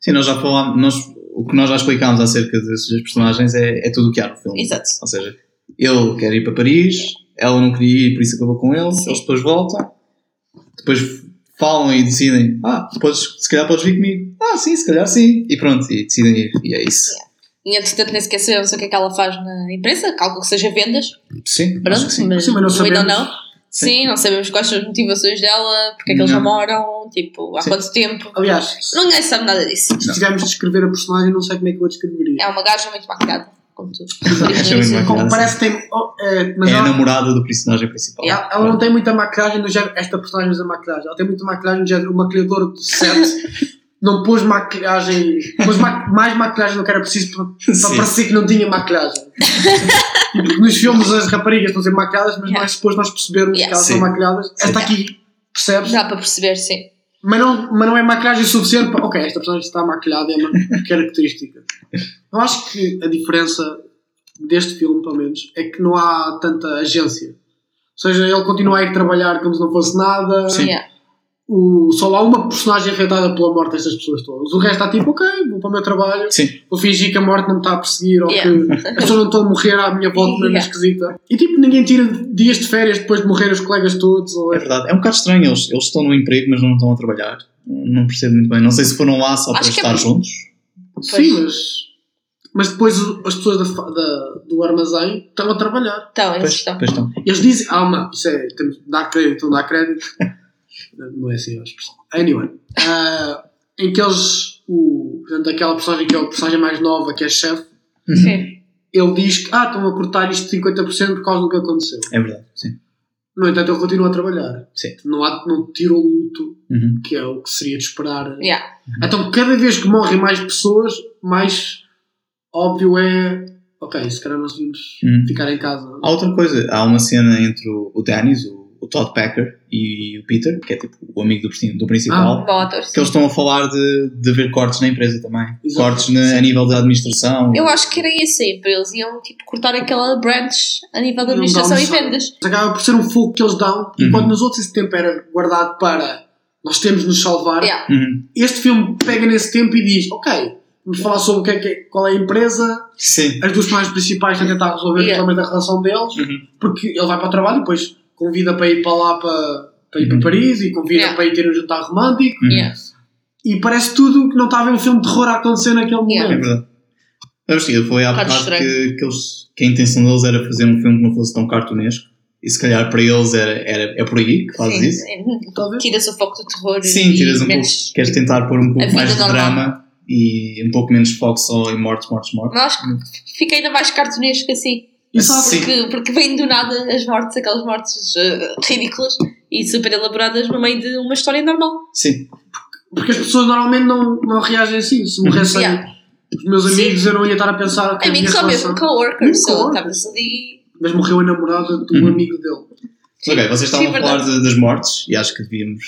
Sim, nós já falámos, nós, o que nós já explicámos acerca desses dois personagens é, é tudo o que há no filme.
Exato.
Ou seja, ele quer ir para Paris, ela não queria ir, por isso acabou com ele,
Sim.
eles depois voltam, depois falam e decidem, ah, podes, se calhar podes vir comigo. Ah, sim, se calhar sim. E pronto, e decidem ir. E é isso.
E entretanto, nem sequer sabemos o que é que ela faz na empresa, calculo que seja vendas,
Sim, acho
pronto,
que sim.
mas,
Sim, mas não
we don't
sabemos.
know. Sim. não sabemos quais são as motivações dela, porque é que eles
Não.
namoram, tipo, há
Sim.
quanto tempo.
Aliás, se
Ninguém sabe nada disso.
se tivermos de descrever a personagem, não sei como é que eu a descreveria.
É uma gaja muito maquiada, como tu.
Acho muito
É
maquiada.
Como parece que tem. oh, é, mas
É a
um-
ela,
namorada do personagem principal.
ela- ela não tem muita maquilhagem do género. Esta personagem usa maquilhagem. Ela tem muita maquilhagem do género. O maquilhador do set não pôs maquilhagem. Pôs ma- mais maquilhagem do que era preciso para, para
Sim.
parecer que não tinha maquilhagem. Tipo, Nos filmes as raparigas estão a ser maquilhadas, mas
Yeah.
não é suposto nós percebermos
Yeah.
que elas
Sim.
são maquilhadas. Esta aqui, percebes?
Dá para perceber, sim.
Mas não, mas não é maquilhagem suficiente para. Ok, esta personagem está maquilhada, é uma característica. Eu acho que a diferença deste filme, pelo menos, é que não há tanta agência. Ou seja, ele continua a ir trabalhar como se não fosse nada.
Sim.
Yeah.
O, só há uma personagem afetada pela morte destas pessoas todas. O resto está tipo, ok, vou para o meu trabalho,
Sim, é
vou fingir que a morte não me está a perseguir ou
Yeah.
que as pessoas não estão a morrer à minha volta de maneira
Yeah.
esquisita. E tipo, ninguém tira dias de férias depois de morrer os colegas todos. Ou
é verdade. É um bocado estranho, eles, eles estão no emprego, mas não estão a trabalhar. Não percebo muito bem. Não sei se foram lá só para
Acho que é
estar
porque-
juntos.
Sim, mas, mas depois o- as pessoas da, fa- da- do armazém estão a trabalhar.
Então, eles
Pois,
estão.
pois estão.
Eles dizem, ah, não, isso é, temos de dar crédito, não dá crédito. não é assim a expressão. Anyway, ah, em que eles, o, portanto, aquela personagem que é a personagem mais nova, que é chefe,
Sim.
ele diz que, ah, estão a cortar isto de 50% por causa do que aconteceu.
É verdade, sim.
No entanto, ele continua a trabalhar.
Sim.
Não, há, não tira o luto,
Uhum.
que é o que seria de esperar.
Yeah.
Então, cada vez que morrem mais pessoas, mais óbvio é. Ok, se calhar nós devíamos
Hum.
ficar em casa.
Há outra coisa, há uma cena entre o, o Dennis, o, o Todd Packer e o Peter, que é tipo o amigo do, princi- do
Um
principal,
bom ator. sim.
que eles estão a falar de, de haver cortes na empresa também.
Exato.
Cortes na- a nível da administração.
Eu acho que era isso aí, para eles iam tipo, cortar aquela branch a nível da
Não dá
administração e
noção.
vendas.
Mas acaba por ser um fogo que eles dão, enquanto
Uhum.
nos outros esse tempo era guardado para nós temos de nos salvar.
Yeah.
Uhum.
Este filme pega nesse tempo e diz: Ok, vamos falar sobre o que é que é- qual é a empresa,
Sim.
as duas mais principais estão a tentar resolver
Yeah.
yeah. da relação deles,
Uhum.
porque ele vai para o trabalho e depois convida para ir para lá para, para, ir
Uhum.
para Paris e convida
Yeah.
para ir ter um jantar romântico.
Uhum.
Yeah.
e parece tudo que não estava em um filme de terror a acontecer naquele
Yeah.
É
momento.
verdade. Vamos seguir, foi há
Um Bocado
bocado
estranho.
que, que, eles, que a intenção deles era fazer um filme que não fosse tão cartunesco. E se calhar para eles era, era, é por aí que fazes isso.
Talvez.
Tira-se hum. o foco do terror.
Sim,
e
tiras um pouco.
menos-
Queres tentar pôr um
A
pouco
vida
mais de
normal.
drama e um pouco menos foco só em mortes, mortes, mortes.
Mas acho que fica ainda mais cartunesco assim.
E sabe,
Sim.
Porque, porque vem do nada as mortes, aquelas mortes eh, ridículas e super elaboradas no meio de uma história normal.
Sim.
porque as pessoas normalmente não, não reagem assim. Se morressem
Yeah.
os meus amigos, eu não ia estar a pensar que a minha
Amigos ou mesmo
relação...
coworkers, ou
Coworkers.
estavas ali.
Mas morreu a namorada do
Uhum.
amigo dele.
Mas ok, vocês estavam
Sim,
a falar de- das mortes e acho que devíamos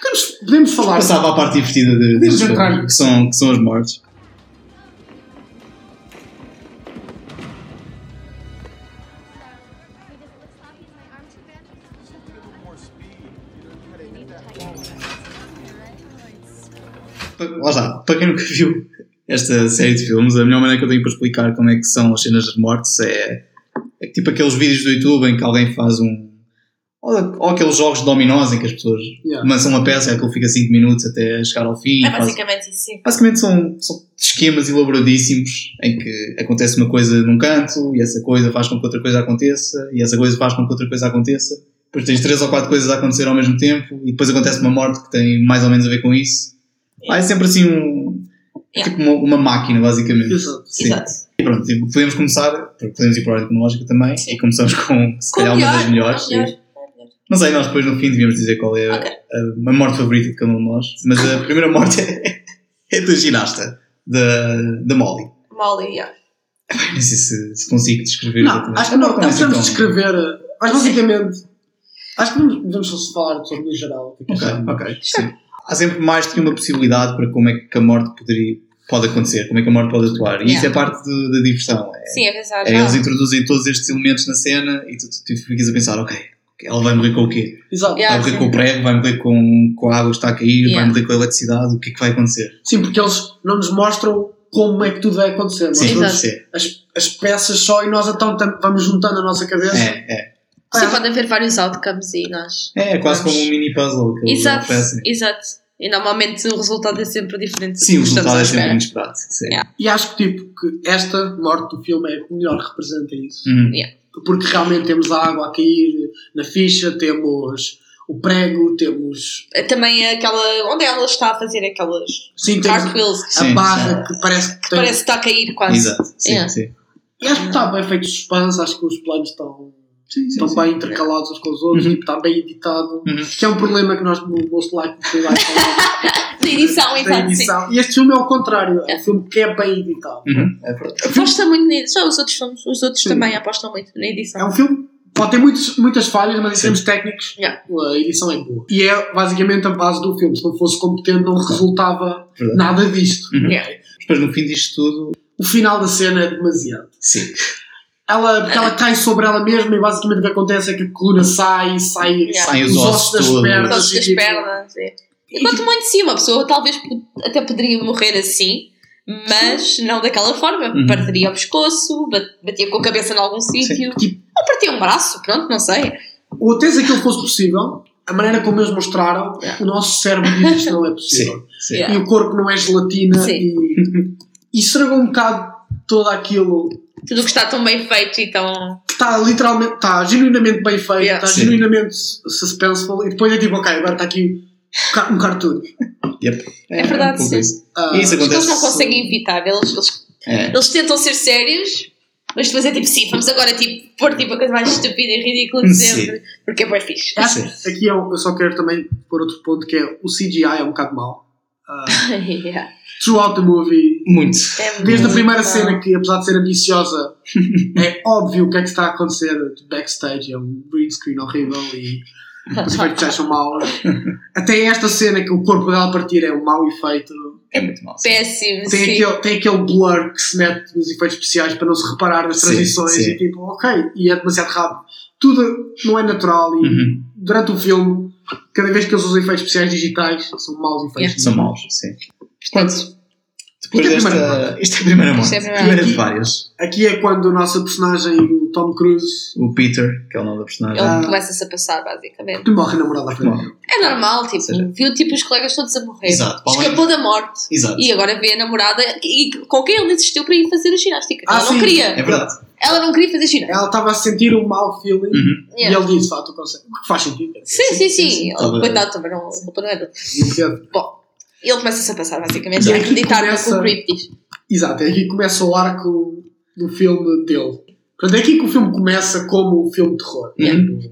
Podemos, podemos falar.
passar para a parte divertida de, deste
entrar.
filme, que são, que são as mortes. Pa- Lá está, para quem nunca viu esta série de filmes, a melhor maneira que eu tenho para explicar como é que são as cenas das mortes é, é que tipo aqueles vídeos do YouTube em que alguém faz um. Ou, ou aqueles jogos de dominós em que as pessoas
Yeah.
lançam uma peça e aquilo fica 5 minutos até chegar ao fim.
É
faz-
basicamente isso, sim.
basicamente são, são esquemas elaboradíssimos em que acontece uma coisa num canto e essa coisa faz com que outra coisa aconteça e essa coisa faz com que outra coisa aconteça. Depois tens três ou quatro coisas a acontecer ao mesmo tempo e depois acontece uma morte que tem mais ou menos a ver com isso. Lá é sempre assim um. é
Yeah.
Tipo uma, uma máquina, basicamente.
Exato.
Sim.
Exato.
E pronto, tipo, podemos começar, porque podemos ir para a ordem cronológica também, e começamos com, se
Com
calhar, é uma das melhores.
melhor.
sim. Não sei, nós depois no fim devíamos dizer qual é a,
Ok.
a- a morte favorita de cada um de nós, mas a primeira morte é, é da ginasta, da, da Molly.
Molly, yeah.
Não sei se, se consigo descrever
Não,
exatamente.
acho que não, não
também sei
precisamos
como. é
descrever. eh, Mas basicamente, acho que vamos, vamos só falar sobre no geral. o que é que achamos.
Ok, ok. Sim. Há sempre mais do que uma possibilidade para como é que a morte poderia, pode acontecer, como é que a morte pode atuar. E isso é parte do- da diversão. é-
Sim, é pensar.
é, eles
ah,
introduzem todos estes elementos na cena e tu, tu, tu ficas a pensar, ok, ela vai morrer com o quê?
Exato.
Yeah.
vai morrer
sim.
com o prego, vai morrer com, com a água que está a cair, vai
Yeah.
morrer com a eletricidade, o que é que vai acontecer?
Sim, porque eles não nos mostram como é que tudo vai acontecer. Nós
Sim,
vemos
Exato.
sim.
as, as peças só e nós então tam- vamos juntando a nossa cabeça.
É, é.
Sim,
Ah,
pode haver vários outcomes e nós.
É, é quase como um mini puzzle que eles
Exato,
oferecem.
exato. E normalmente o resultado é sempre diferente. do
Sim, o
que estamos
resultado
à
é sempre
espera.
inesperado. Sim.
Yeah.
E acho que, tipo, que esta morte do filme é a que melhor representa isso.
Uhum.
porque realmente temos a água a cair na ficha, temos o prego, temos.
É Também aquela. onde ela está a fazer aquelas
Sim, temos
cartwheels que
a
Sim,
barra que parece que, tem.
parece que está a cair quase.
Exato, sim,
Yeah.
sim.
E acho que está bem feito o suspense, acho que os planos estão,
Sim, sim,
estão
sim.
bem intercalados uns com os outros,
Uhum.
tipo, está bem editado.
Uhum.
Que é um problema que nós no Most Like sei lá, falamos
Da edição,
da
exato. Sim.
edição. E este filme é o contrário, é um filme que é bem editado.
Uhum. É verdade.
Aposta muito nisso. Só os outros filmes, os outros
Sim.
também apostam muito na edição.
É um filme. Pode ter muitos, muitas falhas, mas em termos técnicos
Yeah.
a edição é boa. E é basicamente a base do filme. Se não fosse competente, não resultava
Verdade.
nada disto.
Uhum.
Yeah.
Depois no fim disto tudo,
o final da cena é demasiado.
sim.
Ela, porque ela cai sobre ela mesma e basicamente o que acontece é que a coluna sai e sai,
Yeah.
Saem os ossos
das
todos.
Os
pernas.
ossos
e
das
tipo,
pernas. É. Enquanto muito sim, uma pessoa talvez po- até poderia morrer assim, mas não daquela forma.
Uhum.
Partiria o pescoço, bat- batia com a cabeça em algum sítio,
Tipo
ou partia um braço, pronto, não sei.
Ou até se aquilo fosse possível, a maneira como eles mostraram,
Yeah.
o nosso cérebro diz isto não é possível.
Sim, sim.
Yeah.
E o corpo não é gelatina.
Sim.
E, e estragou um bocado todo aquilo
Tudo o que está tão bem feito e tão.
que está Tá literalmente, está genuinamente bem feito,
Yeah.
está
Sim.
genuinamente suspenseful e depois é tipo, ok, agora está aqui um cartoon.
Yep.
É verdade,
um pouco
sim.
isso.
Ah,
E isso
Porque eles
acontece.
não Então conseguem evitar, eles, eles,
É.
eles tentam ser sérios, mas depois é tipo, sim, vamos agora tipo, pôr tipo, a coisa mais estúpida e ridícula de
Sim.
sempre, porque é bem fixe.
Acho que aqui é um, eu, eu só quero também pôr outro ponto que é o CGI é um bocado mau. Ah,
Yeah.
throughout the movie,
Muito.
É
desde a
Uhum.
muito
primeira
bom.
cena que apesar de ser ambiciosa, é óbvio o que é que está a acontecer de backstage, é um green screen horrível e os efeitos já são maus. Até esta cena que o corpo dela partir é um mau efeito.
É muito mal. sim.
Péssimo,
Tem
sim.
aquele, tem aquele blur que se mete nos efeitos especiais para não se reparar nas
Sim,
transições
sim.
e tipo, ok, e é demasiado rápido. Tudo não é natural e
Uhum.
durante o filme, cada vez que eles usam efeitos especiais digitais, são maus efeitos.
São maus, sim.
Portanto,
Depois
Isto é a
desta.
primeira
Isto é a primeira morte.
Isto é a primeira.
de várias.
Aqui é quando o nosso personagem, o Tom Cruise,
O Peter, que é o nome da personagem.
ele
Ah.
começa-se a passar, basicamente.
que morre namorado à frente.
Bom,
É normal, tipo,
Ah. seja-
viu tipo os colegas todos a morrer.
Exato.
Escapou da morte.
Exato.
E agora vê a namorada e com quem ele insistiu para ir fazer a ginástica.
Ah,
ela não
sim.
queria.
É verdade.
Ela não queria fazer ginástica.
Ela estava a sentir um mau feeling
Uhum.
e
Yeah.
ele disse: Vá, tu consegues. O que faz sentido. né? quer dizer,
Sim, sim, sim. Ele,
Tava-
Coitado, também não, a culpa não é dele.
não entendo.
Bom, ele começa-se a passar, basicamente,
Exato.
e a acreditar no que
Começa-
o Grip diz.
Exato, é aqui que começa o arco do filme dele. Portanto, é aqui que o filme começa como um filme de terror.
Yeah.
Tipo,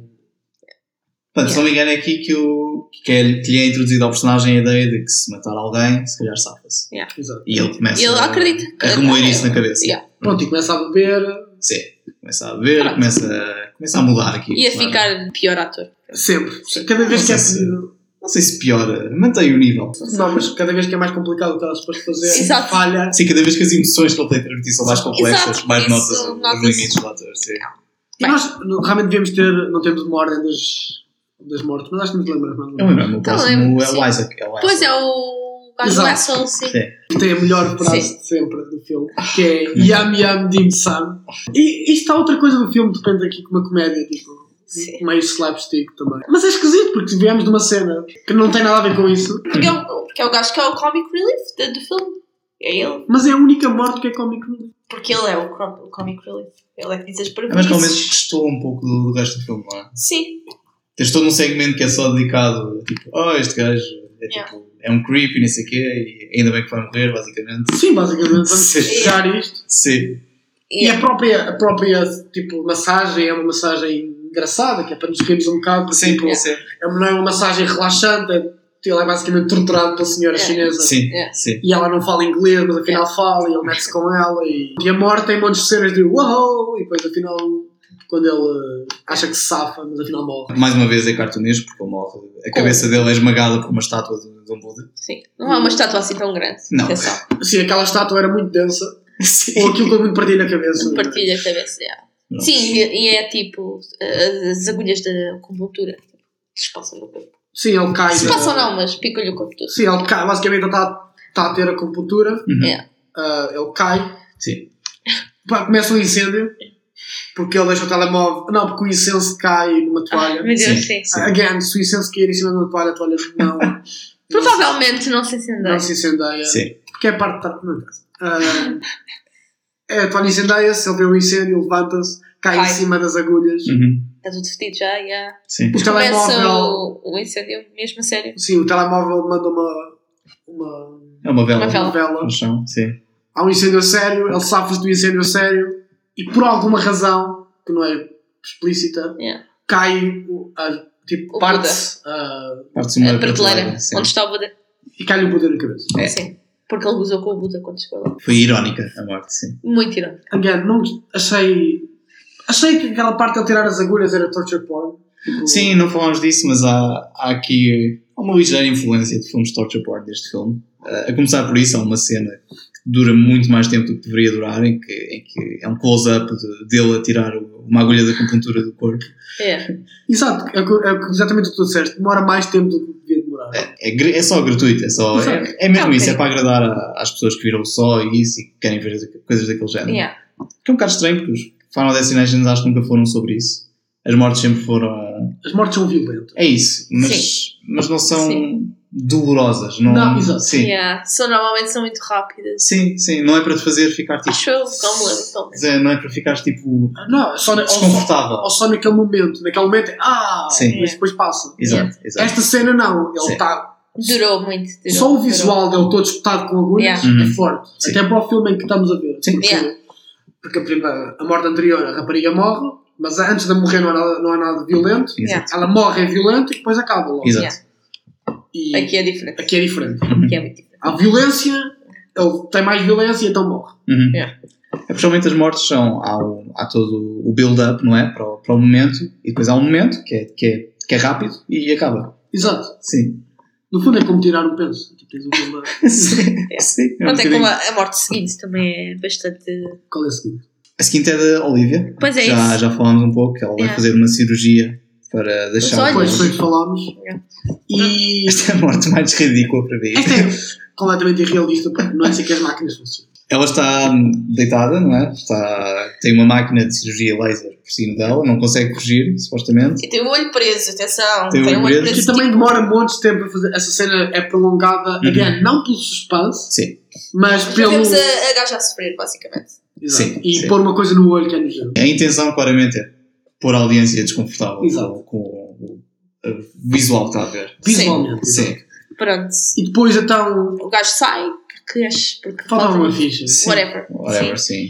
Portanto, se não me engano, é aqui que, o, que, é, que lhe é introduzido ao personagem a ideia de que se matar alguém, se calhar safa-se.
Exato.
E ele começa
Ele
a,
acredita.
a remoer isso na cabeça.
Yeah.
Pronto, e começa a beber
Sim. Começa a ver,
Pronto.
começa, começa a mudar aqui.
E a
claro.
ficar pior ator.
sempre. Cada vez
Não
que
sei
é
se-
pedido.
Não sei se piora, mantém o nível.
Não, mas cada vez que é mais complicado o que ela se pode fazer,
Exato.
falha.
Sim, cada vez que as emoções que ele tem a transmitir são mais complexas,
Exato,
mais
isso Tá
notas os
nota-se.
limites do ator. Sim.
E nós no- realmente devemos ter, não temos uma ordem das, das mortes, mas acho que não te lembras mais ou
Eu
menos.
lembro-me, É o próximo
lembro,
é o
sim.
Isaac. É o Isaac.
Pois é, o gajo
Exato.
Wessel, sim.
Sim.
Que tem a melhor frase
Sim.
de sempre do filme, que é Yam Yam Dim Sum. E isto há outra coisa do filme, depende aqui com uma comédia, tipo.
Sim.
Meio slapstick também. Mas é esquisito, porque viemos de uma cena que não tem nada a ver com isso,
Porque é, o, porque é o gajo que é o comic relief do, do filme. É ele.
mas é a única morte que é cómico.
Porque ele é o, cro- o comic relief. Ele é que diz as
É, Mas
perguntas.
pelo menos testou um pouco do, do resto do filme, não é?
Sim.
Tens todo um segmento que é só dedicado, tipo, oh, este gajo é,
Yeah.
tipo, é um creep e não sei o quê, e ainda bem que vai morrer, basicamente.
Sim, basicamente, vamos
Sim.
fechar isto.
Sim.
E
é.
a própria, a própria tipo, massagem é uma massagem engraçada, que é para nos rirmos um bocado, porque
Sim,
tipo,
sim.
é uma- não é uma massagem relaxante, é, ele é basicamente torturado pela senhora
É.
chinesa.
Sim,
Yeah.
sim.
E ela não fala inglês, mas afinal fala, e ele mete-se com ela. E, e a morte tem montes de cenas de uau! E depois afinal, quando ele eh, acha que se safa, mas afinal morre.
Mais uma vez é cartunesco, porque ele morre. A cabeça dele é esmagada por uma estátua de, de um Buda.
Sim. Não é uma estátua assim tão grande.
Não.
Atenção.
Sim, Assim, aquela estátua era muito densa,
Sim.
ou aquilo que eu muito partilho na cabeça.
Partilha a cabeça. yeah.
Não.
Sim, e, e é tipo eh, as agulhas da conjuntura. Despassam no corpo.
Sim, ele cai. eh,
Despassam não, mas picam-lhe o corpo todo.
Sim, ele cai. Basicamente ele está tá a ter a computura,
Uhum.
Yeah.
ah, ele cai,
Sim.
pá, começa um incêndio, porque ele deixa o telemóvel. Não, porque o incenso cai numa toalha.
Meu Deus, sim.
Sim. sim.
Again, se o incenso cair em cima de uma toalha, a toalha não,
Provavelmente não sei se andei.
não se incendeia.
Sim.
Porque é parte da não interessa. Ah, é, a toalha incendeia-se, ele vê o incêndio, levanta-se, cai, em
Cai.
cima das agulhas.
Uhum.
Está tudo fedido já, já.
Sim.
O
Começa
telemóvel.
o, o incêndio mesmo a sério.
Sim, o telemóvel manda uma. uma
É uma vela.
Uma vela.
uma vela.
No chão, sim.
Há um incêndio a sério, ele safra-se do incêndio a sério e por alguma razão, que não é explícita,
Yeah.
cai o- a- tipo,
O
parte-se ah,
Parte-se uma
a prateleira,
sim.
onde está o Buda.
e cai-lhe o Buda na cabeça.
É.
Sim. Porque ele gozou com o Buda quando chegou lá.
Foi irónica a morte, sim.
Muito irónico.
Again, não achei. Achei que aquela parte de ele tirar as agulhas era torture porn. Tipo,
Sim, não falámos disso, mas há, há aqui há uma ligeira influência de filmes de torture porn deste filme. Uh, a começar por isso, há uma cena que dura muito mais tempo do que deveria durar, em que, em que é um close-up de- dele a tirar o- uma agulha da acupuntura do corpo.
É.
Exato, é, o que- é o que- exatamente o que tu disseste. Demora mais tempo do que devia demorar.
É, gr- é só gratuito, é, só, é, é mesmo
Ah, ok.
isso, é para agradar a- às pessoas que viram só e isso e que querem ver coisas daquele género.
Yeah.
Que é um bocado estranho, porque os Final Destinations acho que nunca foram sobre isso. As mortes sempre foram
As mortes são violentas.
É isso, mas, mas não são dolorosas. Não,
Não, exato.
Sim.
Yeah. São, normalmente são muito rápidas.
sim, sim, não é para te fazer ficar tipo.
Acho eu, não me lembro tão bem.
Não é para ficares tipo
Ah, Não, só na, ou, só,
desconfortável.
ou só naquele momento. Naquele momento é ah,
Sim.
mas depois passa.
Exato, exato.
Esta cena não, ele
Sim.
está.
Durou muito. Durou,
Só o visual dele todo espetado com agulhas
Uhum.
Yeah.
é forte.
Sim.
Até para o filme em que estamos a ver.
Sim.
Porque,
Yeah.
porque a, primeira, a morte anterior, a rapariga morre, mas antes de morrer não há nada, não há nada de violento.
Exato.
Ela morre, é violento e depois acaba logo.
Exato.
Yeah.
E
Aqui é diferente.
aqui é diferente.
Aqui é muito diferente.
Há violência, ele tem mais violência e então morre.
Uhum.
Yeah.
É, principalmente as mortes são. Há, o- há todo o build-up, não é? Para o, para o momento, e depois há um momento que é, que é, que é rápido e acaba.
Exato.
Sim.
No fundo é como tirar um penso. Tipo, tens um problema.
sim. sim. é um
Pronto, é
bocadinho.
como a, a morte seguinte também é bastante.
Qual é a seguinte?
A seguinte é da Olivia.
Pois é,
já,
isso.
já falámos um pouco, que ela vai
Yeah.
fazer uma cirurgia para deixar.
olhos.
Depois foi que falámos.
Yeah.
E
Esta é a morte mais ridícula para mim.
esta é completamente irrealista porque não é assim que as máquinas funcionam.
Ela está hum, deitada, não é? Está, tem uma máquina de cirurgia laser por cima dela, não consegue fugir, supostamente.
E tem o olho preso, atenção.
Tem o
um olho
olho preso.
preso.
Aqui também
tipo,
demora montes de tempo a fazer. Essa cena é prolongada,
Uhum.
again, não pelo suspense,
Sim.
mas
já
pelo.
vemos Tipo, a, a gaja a sofrer, basicamente.
Exato.
Sim,
e
sim.
pôr uma coisa no olho que é nojento.
A intenção, claramente, é pôr a audiência desconfortável
Exato.
com, com o o visual que está a ver.
Visualmente.
Sim.
Pronto.
E depois então.
O gajo sai porque, acho, porque
Falta
falta
uma ficha.
Sim.
Whatever.
Whatever,
Sim.
sim.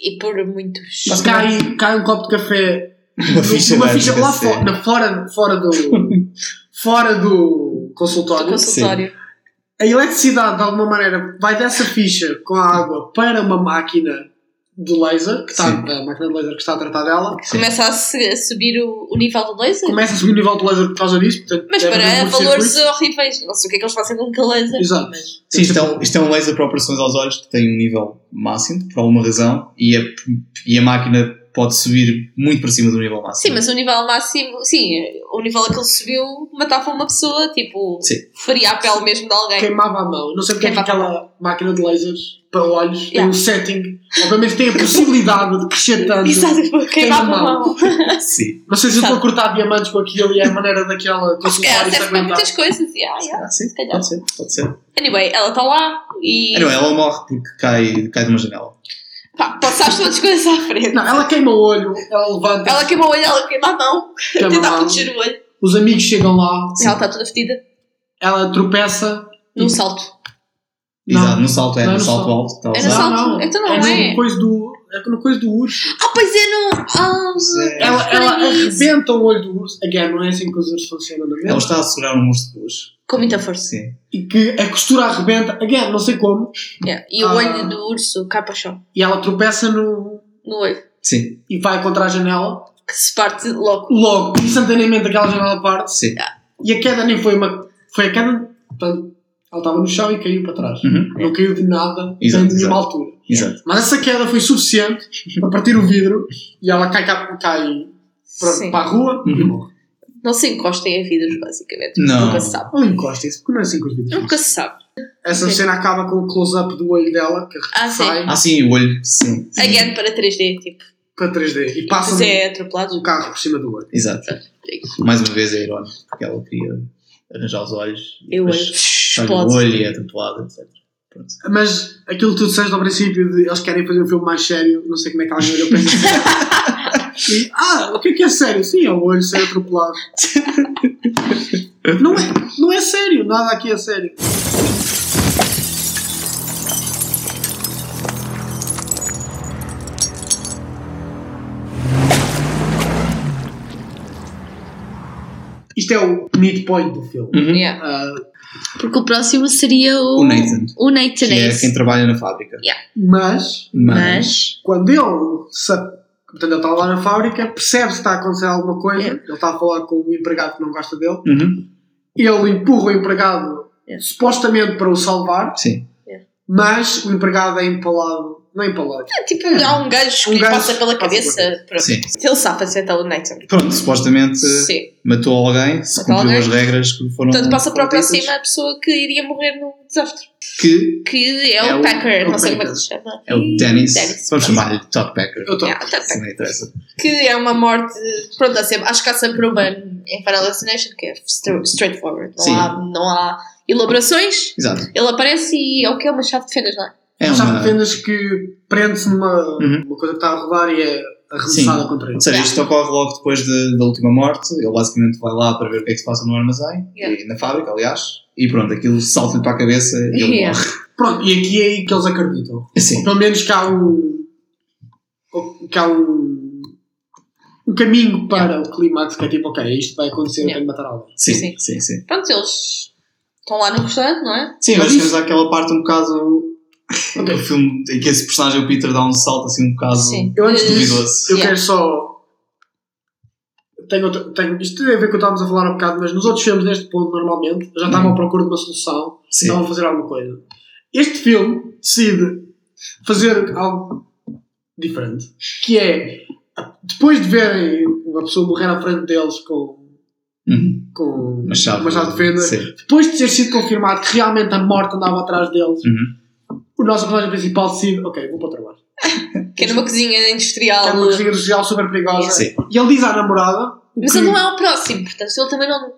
E por muitos.
Mas cai, cai um copo de café.
Uma ficha,
uma
básica,
ficha lá
sim.
fo- na- fora, fora do. fora do
do
consultório.
consultório.
a eletricidade de alguma maneira vai dessa ficha com a água para uma máquina de laser, que está,
Sim.
a máquina de laser que está a tratar dela,
Sim.
Começa a, se- a subir o, o nível do laser.
começa a subir o nível de laser por causa disso, portanto,
Mas
deve haver
para
um
valores
circuito.
horríveis. Não sei o que é que eles fazem com aquele laser.
Exato. Tipo,
Mas
Sim, isto é, um, isto é um laser para operações aos olhos que tem um nível máximo, por alguma razão, e a, e a máquina pode subir muito para cima do nível máximo.
Sim, mas o nível máximo, sim, o nível a que ele subiu matava uma pessoa, tipo,
Sim.
faria a pele mesmo de
um-
alguém.
Queimava a mão. Não sei porque é que
Queimava
aquela máquina de lasers para olhos tem
Yeah.
um setting. Obviamente tem a possibilidade de crescer tanto.
Exato, queimava a mão.
Sim.
Não sei se eu estou a
Sabe.
cortar diamantes com aquilo e é a maneira daquela
É,
consultar
serve
e se
para
aguentar.
muitas coisas. Yeah, yeah.
Ah, sim,
se calhar.
pode ser, pode ser.
Anyway, ela está lá e.
Ah, não, ela morre porque cai, cai de uma janela.
Pá, passaste outras coisas à frente.
Não, ela queima o olho, ela levanta,
Ela queima o olho, ela queima a mão,
queima a
tentava
mão.
proteger o olho.
Os amigos chegam lá,
Ela está toda fedida
ela tropeça.
num salto.
Não.
Exato, no salto, é,
Não é
no
no
salto
salto.
alto. Tá
É
usado.
no salto.
não,
Então não
é.
é.
No coisa do, é no coisa do urso.
Ah, pois é, não. Ah,
É.
Ela, ela
Ai, isso.
arrebenta o olho do urso. Again, não é assim que os ursos funcionam, não é?
Ela está a segurar um urso de luz.
com muita força.
Sim.
E que a costura arrebenta, again, não sei como.
Yeah. E o
Ah.
olho do urso cai para o chão,
E ela tropeça no.
no olho,
Sim,
e vai contra a janela.
que se parte logo.
Logo, instantaneamente aquela janela parte.
sim.
E a queda nem foi uma. Foi a queda. Portanto, ela estava no chão e caiu para trás.
Uhum.
Não caiu de nada,
Exato,
nem de
exato.
nenhuma altura.
Exato.
Mas essa queda foi suficiente para partir o vidro e ela cai, cá- cai para,
Sim.
para a rua e
Uhum.
morre.
Não se encostem a vidros, basicamente. porque
Não.
Nunca se sabe.
Não encosta isso, porque não é assim que os vidros.
Nunca se sabe.
Essa
Sim.
cena acaba com o close-up do olho dela que
Ah, sim.
sai
Ah, sim, o olho. Sim.
Again para 3D, tipo.
para 3D e passa
Depois é atropelado.
um carro por cima do olho.
Exato. Mais uma vez é irónico, porque ela queria arranjar os olhos.
E o olho
depois olha
explode.
o olho e é atropelado, etc. Pronto.
Mas aquilo que tu disseste ao princípio de eles querem fazer um filme mais sério, não sei como é que alguém olhou para isso. E, ah, o que é que é sério? Sim, é o olho ser atropelado. não, é, não é sério, nada aqui é sério. Isto é o midpoint do filme.
Uhum.
Yeah.
Ah,
Porque o próximo seria o.
O Nathan.
O Nathan
Que
é
é
esse.
quem trabalha na fábrica.
mas
Mas.
quando ele se, portanto, ele está lá na fábrica, percebe se está a acontecer alguma coisa,
É.
ele está a falar com o empregado que não gosta dele,
Uhum.
ele empurra o empregado
É.
supostamente para o salvar,
Sim.
mas o empregado é empalado, não é empalado,
É, tipo, há um gajo que
Um
lhe
gajo
passa pela
que passa
cabeça. Pronto.
Sim.
Ele safa-se até o Nathan.
Pronto, supostamente
Sim.
matou alguém, se
Matou
cumpriu
alguém.
as regras que foram.
Portanto, passa para a
foram ditas,
próxima a pessoa que iria morrer num desastre.
Que
Que é,
É o-
o Packer,
é o
não sei como é que
Packer.
se chama.
é o Dennis.
Dennis.
Vamos chamar-lhe Todd Packer.
Eu estou-
Yeah, o Todd
Se não interessa.
Que é uma morte, pronto, a ser, acho que há sempre uma em Final Destination que é stra- straightforward.
Sim.
Não há, não há elaborações.
Exato.
Ele aparece e é o que é uma chave de fendas, não é?
É
já
uma.
defendas que prende-se numa
Uhum.
uma coisa que está a rodar e é arremessada contra ele.
Ou seja, isto ocorre logo depois de- da última morte. Ele basicamente vai lá para ver o que é que se passa no armazém,
Yeah.
e na fábrica, aliás. E pronto, aquilo salta-lhe para a cabeça e ele
Yeah.
morre.
Pronto, e aqui é aí que eles acreditam.
Sim.
Pelo menos que há um. que há um. um caminho para o clímax que é tipo, ok, isto vai acontecer, eu
Yeah.
tenho de matar alguém.
Sim, sim,
Sim.
sim. Sim,
Pronto, eles estão lá no restaurante, não é?
mas
Mas
temos aquela parte um bocado.
Ok.
do filme em que esse personagem, o Peter, dá um salto assim um bocado
Sim. Eh,
Eu antes de-
duvidoso.
Eu
Yeah.
quero só. Tenho, outra- tenho, isto tem a ver com o que estávamos a falar há bocado, mas nos outros filmes, neste ponto, normalmente, já estavam à procura de uma solução,
Uhum. Sim.
estavam a fazer alguma coisa. Este filme decide fazer algo diferente, que é, depois de verem uma pessoa morrer à frente deles com,
Uhum.
com
Uma chave.
de né? fenda,
Sim.
depois de ter sido confirmado que realmente a morte andava atrás deles,
Uhum.
o nosso personagem principal decide, ok, vou para o trabalho.
Que é numa cozinha industrial.
É uma cozinha social super perigosa.
Sim.
E ele diz à namorada. o
Mas
que-
ele não é o próximo, portanto, ele também não.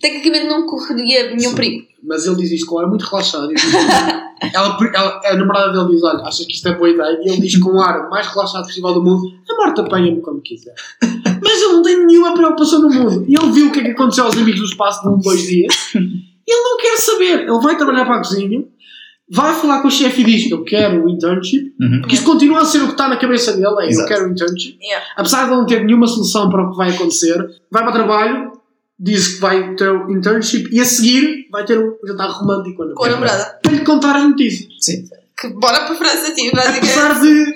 Tecnicamente não correria nenhum
Sim.
perigo.
Mas ele diz isto com um ar muito relaxado. Ele diz- ela, ela- a namorada dele diz: Olha, achas que isto é boa ideia? E ele diz com o ar mais relaxado possível do mundo: A morte apanha-me como quiser. Mas ele não tem nenhuma preocupação no mundo. E ele viu o que é que aconteceu aos amigos do espaço de um, dois dias. E ele não quer saber. Ele vai trabalhar para a cozinha, vai falar com o chefe e diz: Eu quero o internship.
Uhum.
Porque isso continua a ser o que está na cabeça dele, é eu
Exato.
quero um internship.
Yeah.
Apesar de ele não ter nenhuma solução para o que vai acontecer, vai para o trabalho, diz que vai ter um internship e a seguir vai ter um jantar romântico com a
Com a
namorada.
namorada.
Para lhe contar as notícias.
Sim.
Que bora para a França, tipo, basicamente.
Apesar de.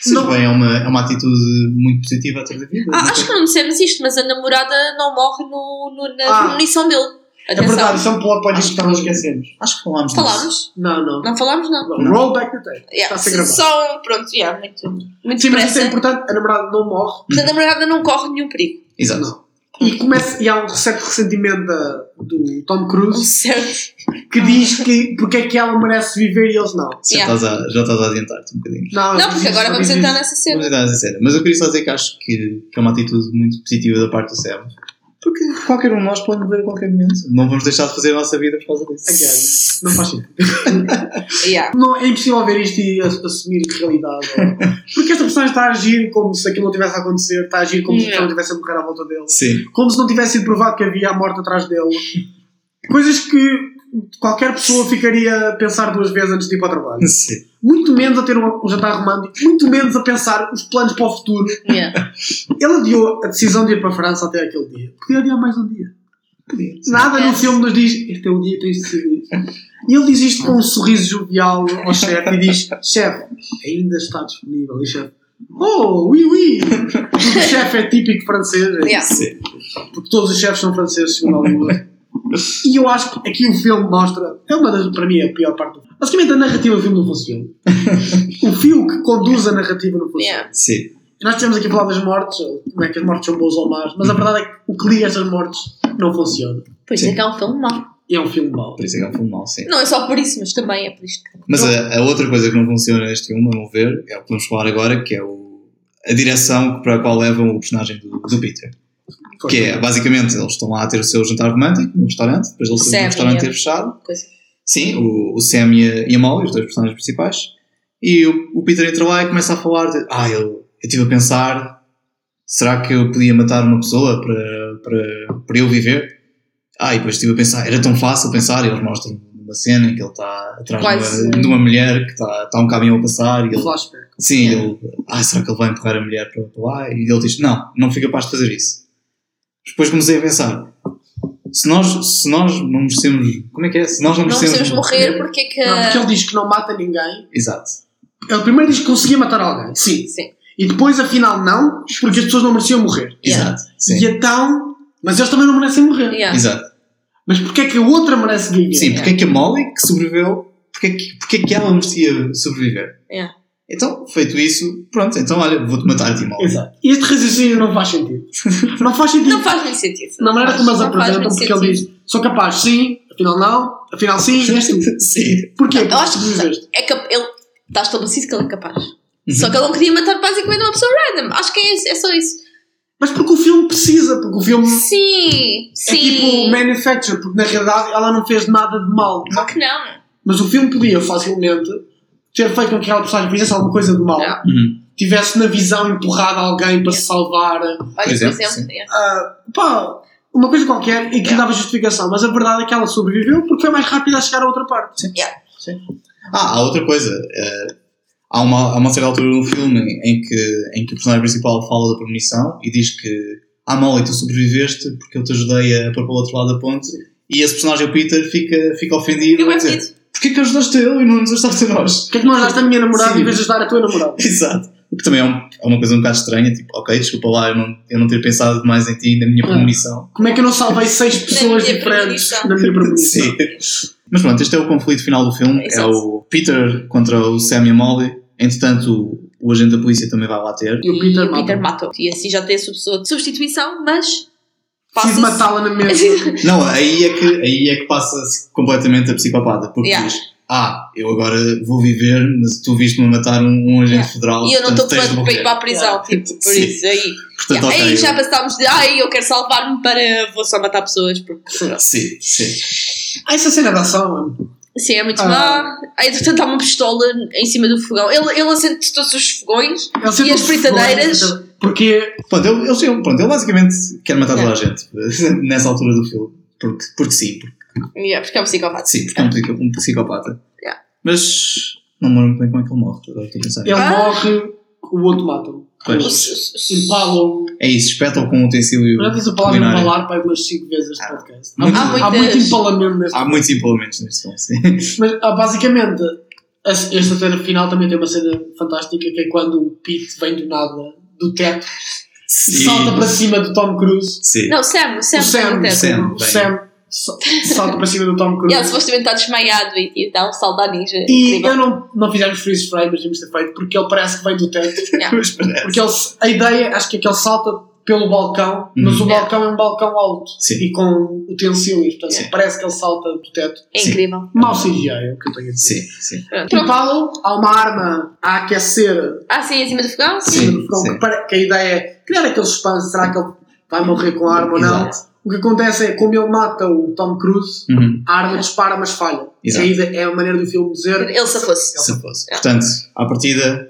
Sim,
Não-
bem, é uma, é uma atitude muito positiva até da vida.
é Ah, acho que não dissemos isto, mas a namorada não morre no, no- na
Ah.
premonição dele.
É
Atenção.
verdade, isso é um plot point
Acho
que estávamos esquecendo.
Acho que falámos disso.
Falámos?
Não, não.
Não falámos, não.
Bom, Roll back the tape.
Yeah,
Está a ser gravado.
só, pronto, yeah, muito, muito
Sim, mas isso
depressa.
é importante. A namorada não morre.
Portanto, a namorada não corre nenhum perigo.
Exato.
Não. E, começa, e há um certo ressentimento da- do Tom
Um
Cruise
certo.
que diz que porque é que ela merece viver e eles não.
Já,
Yeah.
estás a, já estás a adiantar-te um bocadinho.
Não,
Não, porque agora vamos
é
entrar nessa cena.
Vamos entrar nessa cena. Mas eu queria só dizer que acho que, que é uma atitude muito positiva da parte do Sam. Porque qualquer um de nós pode morrer a qualquer momento. Não vamos deixar de fazer a nossa vida por causa disso.
Again, não faz sentido.
Yeah.
Não, é impossível ver isto e ass- assumir que realidade. é. Porque esta personagem está a agir como se aquilo não tivesse a acontecer, está a agir como se
Não.
aquilo não tivesse a morrer à volta dele,
Sim.
como se não tivesse sido provado que havia a morte atrás dele. Coisas que qualquer pessoa ficaria a pensar duas vezes antes de ir para o trabalho.
Sim.
Muito menos a ter um, um jantar romântico, muito menos a pensar os planos para o futuro.
Yeah.
Ele adiou a decisão de ir para a França até aquele dia. Podia adiar mais um dia.
Podia.
Nada no
Yes.
filme nos diz este é o dia que tens de decidir. E ele diz isto com um sorriso jovial ao chefe e diz: chefe, ainda está disponível. E o chefe, oh, oui, oui! Porque o chefe é típico francês, é,
Yeah.
Sim.
porque todos os chefes são franceses, segundo algumas. E eu acho que aqui o filme mostra, é uma das, para mim, é a pior parte do filme. Basicamente, a narrativa do filme não funciona. O fio que conduz a narrativa não funciona.
Yeah.
Sim.
E Nós tivemos aqui a falar das mortes, ou como é que as mortes são boas ou más,
Uhum.
mas a verdade é que o que liga estas mortes não funciona.
Pois
Sim.
é que é um filme mau.
E é um filme mau.
Por isso é que é um filme mau, sim.
Não é só por isso, mas também é por isto.
Mas a, a outra coisa que não funciona neste filme, a meu ver, é o que vamos falar agora, que é o, a direção para a qual levam o personagem do, do Peter.
Foi.
Que é, basicamente, eles estão lá a ter o seu jantar romântico no restaurante, depois eles sabem que o
Sam e
restaurante
a-
ter fechado.
Coisa.
Sim, o, o Sam e a, e a Molly, os dois personagens principais. E o, o Peter entra lá e começa a falar de... Ah, eu estive a pensar... Será que eu podia matar uma pessoa para, para, para eu viver? Ah, e depois estive a pensar... Era tão fácil pensar. E eles mostram uma cena em que ele está atrás de
Quase. um
uma, de uma mulher que está, está um caminhão a passar. E ele,
Flashback.
sim, ele... Ah, será que ele vai empurrar a mulher para para lá? E ele diz... Não, não fui capaz de fazer isso. Depois comecei a pensar... Se nós, se nós não merecemos... Como é que é? Se nós não
Não
merecemos...
precisamos morrer porque é que.
Não, porque ele diz que não mata ninguém.
Exato.
Ele primeiro diz que conseguia matar alguém. Sim.
Sim.
E depois, afinal, não, porque as pessoas não mereciam morrer.
Yeah.
Exato. Sim.
E então. Mas eles também não merecem morrer.
Yeah.
Exato.
Mas porque é que a outra merece viver?
Sim, porque é que a Molly que sobreviveu, porque é que, porque é que ela merecia sobreviver?
Yeah.
Então, feito isso, pronto, então olha, vou-te matar de Molly.
Exato. E este raciocínio não faz sentido. Não faz sentido.
Não faz muito sentido.
Na maneira como eles
Não faz
apresentam,
muito
porque ele
sentido.
diz: sou capaz, sim, afinal não, afinal sim, e és tu.
Sim.
Porquê?
Eu acho
Porque tu viveste.
que é cap- ele está estabelecido que ele é capaz.
Uhum.
Só que ele não queria matar basicamente uma pessoa random. Acho que é, isso, é só isso.
Mas porque o filme precisa, porque o filme
Sim, sim.
é tipo manufacture, porque na realidade ela não fez nada de mal.
Claro que não.
Mas o filme podia facilmente ter feito com que aquela personagem fizesse alguma coisa de mal,
Não.
Uhum.
tivesse na visão empurrado alguém para se salvar,
Olha,
Por
por
exemplo,
exemplo. é.
sim.
yeah.
ah, pá, uma coisa qualquer e que lhe dava justificação. Mas a verdade é que ela sobreviveu porque foi mais rápida a chegar a outra parte.
Ah, há outra coisa. eh, há, uma, há uma certa altura no filme em que, em que o personagem principal fala da premonição e diz que Ah, Molly, tu sobreviveste porque eu te ajudei a pôr para o outro lado da ponte. E esse personagem, o Peter, fica, fica ofendido.
Fica
vai
bem
dizer,
fedido.
Porquê que ajudaste eu e não nos ajudaste a nós?
Porquê é que não ajudaste a minha namorada
Sim.
em vez de ajudar a tua namorada?
Exato. O que também é, um- é uma coisa um bocado estranha, tipo, ok, desculpa lá, eu não, eu não ter pensado demais em ti e na minha
Ah.
premonição.
Como é que eu não salvei seis pessoas
minha
diferentes
premonição.
na minha premonição?
Sim. Mas pronto, este é o conflito final do filme.
Exato.
É o Peter contra o Sam e a Molly. Entretanto, o, o agente da polícia também vai lá ter.
E o Peter
e o Peter
mata.
matou. E assim já tem a sua pessoa de substituição, mas.
Preciso matá-la na mesma.
Sim.
Não, aí é que, aí é que passa completamente a psicopata. Porque
Yeah.
diz, ah, eu agora vou viver, mas tu viste-me matar um, um agente
Yeah.
federal.
E eu não
portanto,
estou
tens de
pronto para
morrer.
ir para a prisão. Tipo, por
Sim.
isso aí.
Portanto,
Yeah.
ok,
Aí
eu-
já passámos de. Ai, eu quero salvar-me para. Vou só matar pessoas. Porque...
Sim, sim.
Ah, essa cena da ação.
Sim, é muito
Ah.
má. Aí, entretanto, há uma pistola em cima do fogão. Ele, ele acende todos os fogões.
Eu sempre
E as
fui
fritadeiras?
fã, Porque
Pronto, ele, ele, ele- pronto, ele basicamente quer matar toda a
Yeah.
gente nessa altura do filme. Porque, porque sim,
Yeah, porque é um psicopata.
Sim, porque é um, psico- um psicopata.
Yeah.
Mas não me lembro muito bem como é que ele morre. Agora estou a pensar.
ele
Ah.
morre, o outro mata-o.
Pois,
Empala-o.
é isso, espeta-o com um utensílio.
Eu já disse a palavra
culinário.
empalar para umas 5 vezes este podcast. Há,
muito-
há muito,
Ah. Há muitas-
empalamento neste
Há muitos implementos neste filme, sim.
Mas ah, basicamente, esse- esta cena final também tem uma cena fantástica que é quando o Pete vem do nada, do teto, e
Sim.
salta para cima do Tom Cruise.
Sim.
Não, Sam, o Sam.
o Sam,
acontece.
Sam,
o
bem.
Sam sa- salta para cima do Tom Cruise.
E ele supostamente está desmaiado e, e dá um salto à ninja.
E
incrível.
eu não, não fizemos freeze frame, mas devíamos ter feito, porque ele parece que vem do teto.
Yeah.
Mas parece.
Porque ele, a ideia, acho que é que ele salta pelo balcão, mas o
Yeah.
balcão é um balcão alto
Uhum. Sim.
e com utensílios, portanto
Sim.
parece que ele salta do teto.
É
Sim.
incrível.
Mau CGI é o que eu tenho a dizer.
Sim, sim.
No Paulo, há uma arma a aquecer
Ah, sim, acima do fogão? Sim.
Sim,
no fogão,
sim.
que, pare- que a ideia é criar aquele suspense, será que ele vai morrer com a arma ou não?
Exato.
O que acontece é, como ele mata o Tom Cruise,
Uhum.
a arma dispara, mas falha.
Exato.
E aí é a maneira do filme dizer.
Ele se fosse.
É
Se fosse.
Yeah.
Portanto, à partida,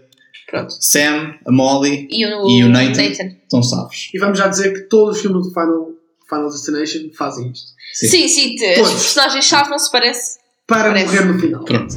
Pronto.
Sam, a Molly
E o,
E o Nathan?
Nathan.
estão salvos.
E vamos já dizer que todos os filmes do Final, Final Destination fazem isto.
Sim.
Sim, sim, te-
Pois.
os personagens chavam-se, parece.
Para
Parece.
morrer no final.
Pronto.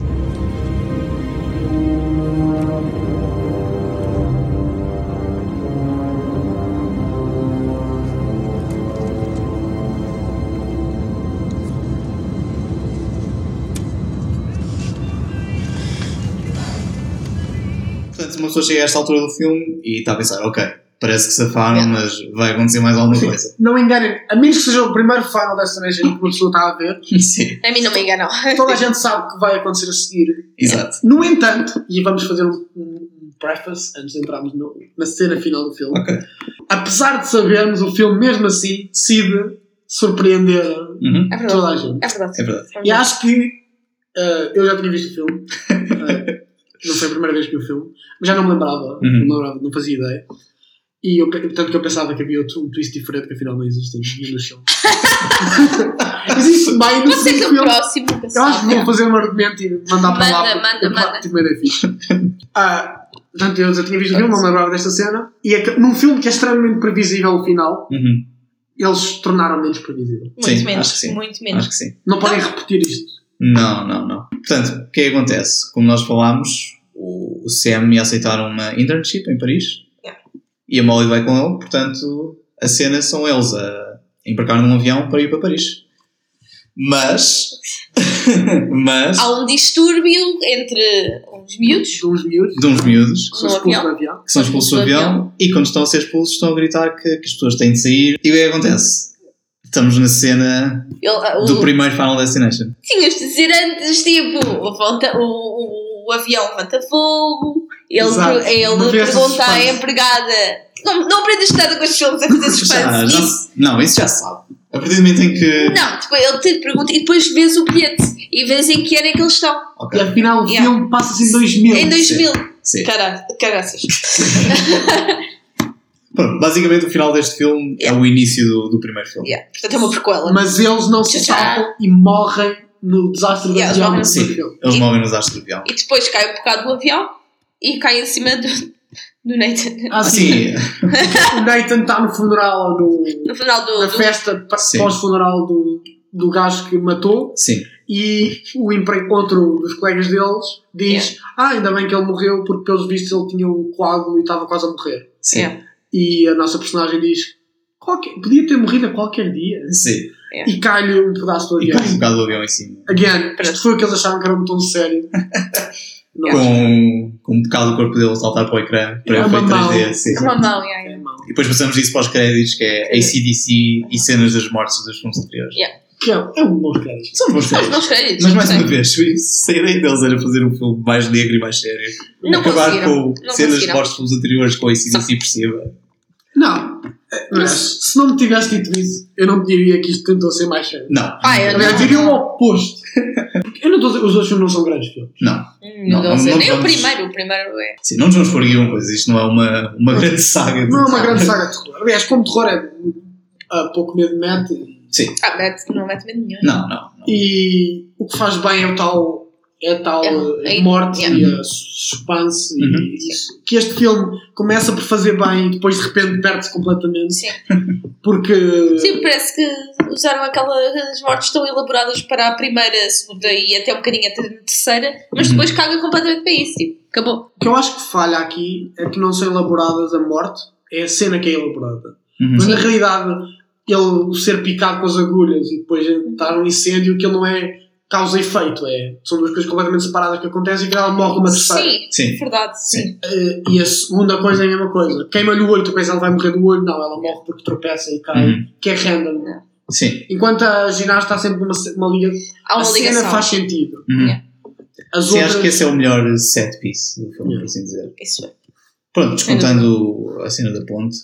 Portanto, uma pessoa chega a esta altura do filme e está a pensar, ok, parece que safaram,
Yeah.
mas vai acontecer mais alguma
Sim,
coisa.
Não enganem, a menos que seja o primeiro Final Destination que uma pessoa está a ver,
Sim,
A mim não me enganam. É
toda a gente sabe o que vai acontecer a seguir.
exato.
No entanto, e vamos fazer um, um- um preface antes de entrarmos no- na cena final do filme.
Ok.
Apesar de sabermos, o filme mesmo assim decide surpreender
Uhum.
É
toda a
verdade.
gente.
É verdade.
É verdade.
É verdade.
E acho que eh, eu já tinha visto o filme. Eh, não foi a primeira vez que vi o filme, mas já não me lembrava,
Uhum.
não, me lembrava não fazia ideia. E eu, pe- tanto que eu pensava que havia outro um twist diferente que afinal não existe em no show. existe bem no
Pode ser que é o
filme.
próximo. nunca se
Eu acho que
sabe.
vou fazer um argumento e mandar para
Manda,
lá.
manda,
porque eu, claro,
manda.
tive uma ideia fixe. Ah, portanto, eu já tinha visto o filme, não me lembrava desta cena. E é que- num filme que é extremamente previsível o final,
Uhum.
eles tornaram menos previsível.
Muito
Sim,
menos.
acho que sim.
Muito menos.
Acho que sim.
Não podem
Então,
repetir isto.
Não, não, não. Portanto, o que é que acontece? Como nós falámos, o, o Sam ia aceitar uma internship em Paris
Yeah.
e a Molly vai com ele, portanto, a cena são eles a embarcar num avião para ir para Paris. Mas, mas,
Há um distúrbio entre uns miúdos.
De uns miúdos,
de uns miúdos
que são
No
expulsos do
um avião.
avião.
que são expulsos do avião e quando estão a ser expulsos estão a gritar que, que as pessoas têm de sair. E o que é que acontece? Estamos na cena
Ele, ah, o,
do primeiro Final Destination.
Tinhas de dizer antes, tipo, o, volta- o, o, o avião levanta fogo, ele,
Exato.
ele
Não fizeste
pergunta à
suspense.
empregada. Não, não aprendes nada com os filmes a fazer
Já-
suspense.
já-
Isso-
não, isso já se sabe. A partir do momento em que.
Não, depois ele te pergunta e depois vês o bilhete e vês em que ano é que eles estão.
Ok,
E afinal o
Yeah.
filme passa-se em 2000.
Em 2000.
sim.
Cara- Caraças.
Pronto, basicamente o final deste filme é o início do, do primeiro filme.
Yeah. Portanto é uma prequela.
Mas eles não se
Tchau, tchau.
salvam e morrem no desastre do
Yeah,
avião.
eles
Sim,
do filme.
eles
E-
movem nos astros do avião.
E depois cai um bocado do avião e cai em cima do, do Nathan.
Ah, sim.
Assim,
o Nathan está no funeral ou no,
No final do.
na
do-
festa pa-
Sim.
pós-funeral do, do gajo que matou.
sim,
E o emprego, outro dos colegas deles diz: Ah, ainda bem que ele morreu, porque pelos vistos ele tinha um coágulo e estava quase a morrer.
sim,
Yeah.
E a nossa personagem diz: "Qualquer- Podia ter morrido a qualquer dia.
sim.
E cai-lhe um pedaço do
E
avião.
cai um bocado do avião em cima.
Again, isto foi o que eles acharam que era um tom sério. Não.
Com, com um bocado do corpo dele saltar para o ecrã, para
É
ele foi
uma mão.
3D. Sim.
Com uma mão, yeah,
É
yeah.
mau.
E depois passamos isso para os créditos, que é ACDC e cenas das mortes dos filmes anteriores.
Que é, é um bom cara.
São bons
São os
créditos.
meus créditos.
Mas mais
não sei.
uma vez, se a ideia deles era fazer um filme mais negro e mais sério,
Não
acabar
conseguiram.
com
Não
cenas das
conseguiram.
mortes dos filmes anteriores com ACDC por cima.
Não, é? mas se não me tivesse dito isso, eu não diria que isto tentou ser mais sério.
Não,
Ah, eu
Eu diria o oposto. Porque eu não estou a dizer- os outros filmes não são grandes filmes.
não.
Hum, Não,
Não,
deu
não-
certo.
não
Nem o
vamos-
primeiro, o primeiro é.
Sim, não nos vamos pôr aqui uma coisa, isto não é uma, uma grande saga. de
Não é uma
terror.
grande saga de terror. Aliás, como terror é ah, pouco medo mete
Sim,
Ah, mete, não mete medo nenhum.
não, não. não.
e o que faz bem é o tal é a tal
É,
eh,
é,
morte
yeah.
e a suspense e-
Uhum.
e isso. que este filme começa por fazer bem e depois de repente perde-se completamente
Sim.
porque
Sim, parece que usaram aquelas mortes tão elaboradas para a primeira, a segunda e até um bocadinho até a terceira, mas
Uhum.
depois caga completamente para isso. Tipo, acabou.
o que eu acho que falha aqui é que não são elaboradas a morte é a cena que é elaborada
Uhum.
mas na realidade ele ser picado com as agulhas e depois estar um incêndio que ele não é causa e efeito é, são duas coisas completamente separadas que acontecem e que ela morre de uma terceira
Sim,
Sim.
É verdade, sim.
Eh, e a segunda coisa é a mesma coisa. Queima-lhe o olho, tu pensas ela vai morrer do olho. Não, ela morre porque tropeça e cai.
Uhum.
Que é random.
Sim.
Enquanto a ginasta há sempre uma, ce- uma liga.
Há uma
a
ligação.
cena faz sentido.
Uhum.
Yeah.
As
Sim,
outras.
acho que esse é o melhor set piece do filme, por
Yeah.
assim dizer.
Isso é.
Pronto, descontando a cena da ponte.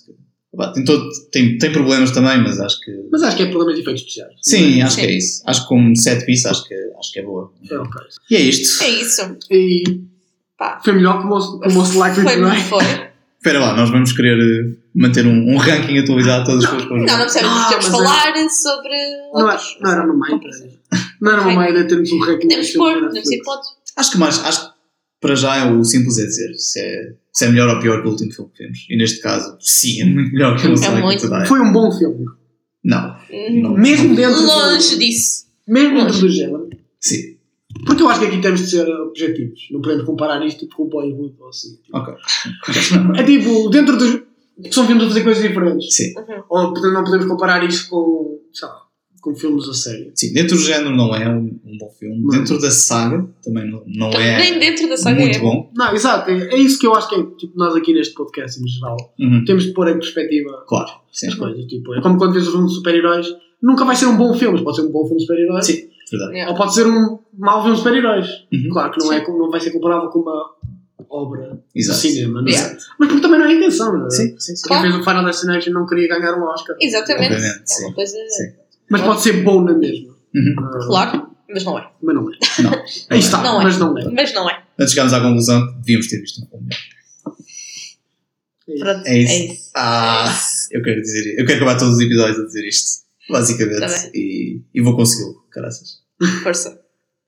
Pá, Tem, todo, tem, tem problemas também, mas acho que.
Mas acho que é problemas de efeitos especiais.
Sim, acho
Sim.
que é isso. Acho que como set piece, acho que, acho que é boa.
É, ok.
E é isto.
É isso.
E
Pá.
foi melhor que o Most, o most Likely
foi,
não é?
foi.
Espera lá, nós vamos querer eh, manter um, um ranking atualizado de todas as coisas que vamos
Não, não
ver.
precisamos,
Ah,
podemos
mas
falar sobre
Não, é-
outros.
não era no meio.
Podemos
Não era
Sim.
no meio de termos um ranking de filmes
é? pôr,
da
podemos ir
Netflix.
para outro.
Acho que mais, acho que para já é o simples é dizer se é, se é melhor ou pior que o último filme que vimos. E neste caso, sim, é muito melhor que o Sonic
muito.
Today.
Foi um bom filme.
Não,
Hum,
não.
Mesmo dentro
Longe
do,
disso.
mesmo dentro
longe.
do género.
Sim,
Porque eu acho que aqui temos de ser objetivos. Não podemos comparar isto tipo, com o Boyhood ou assim.
ok.
É tipo, dentro dos. São filmes a fazer coisas diferentes.
Sim,
Ou portanto, não podemos comparar isto com. sei lá, com filmes a sério.
sim, dentro do género não é um, um bom filme.
Não.
Dentro da saga também não, não é
Nem dentro da saga
muito
é.
bom.
Não, exato. É, é isso que eu acho que é. Tipo, nós aqui neste podcast em geral
Uhum,
temos de pôr em perspectiva
Claro, sim,
as coisas. Tipo, é como quando vês um filme de super-heróis. Nunca vai ser um bom filme, mas pode ser um bom filme de super-heróis.
Sim. verdade.
Yeah.
Ou pode ser um mau filme de super-heróis.
Uhum.
Claro que não, é,
Sim.
como- não vai ser comparável com uma obra de
Exato.
cinema, não é?
Yeah.
Mas porque também não é a intenção, não é?
Sim, sim, sim.
Quem fez o Final Destination não queria ganhar um Oscar.
Exatamente.
Obviamente,
É
sim.
uma coisa.
Sim.
Mas pode ser bom na mesma.
Uhum.
Ah,
Claro, mas não é.
Mas não é.
Não,
Aí está,
Não é.
mas não é.
Mas não é.
Antes chegámos à conclusão que devíamos ter visto um filme.
Pronto,
É isso.
É isso.
Ah, eu quero dizer, eu quero acabar todos os episódios a dizer isto, basicamente,
Tá bem.
e, e vou consegui-lo, caraças.
Força.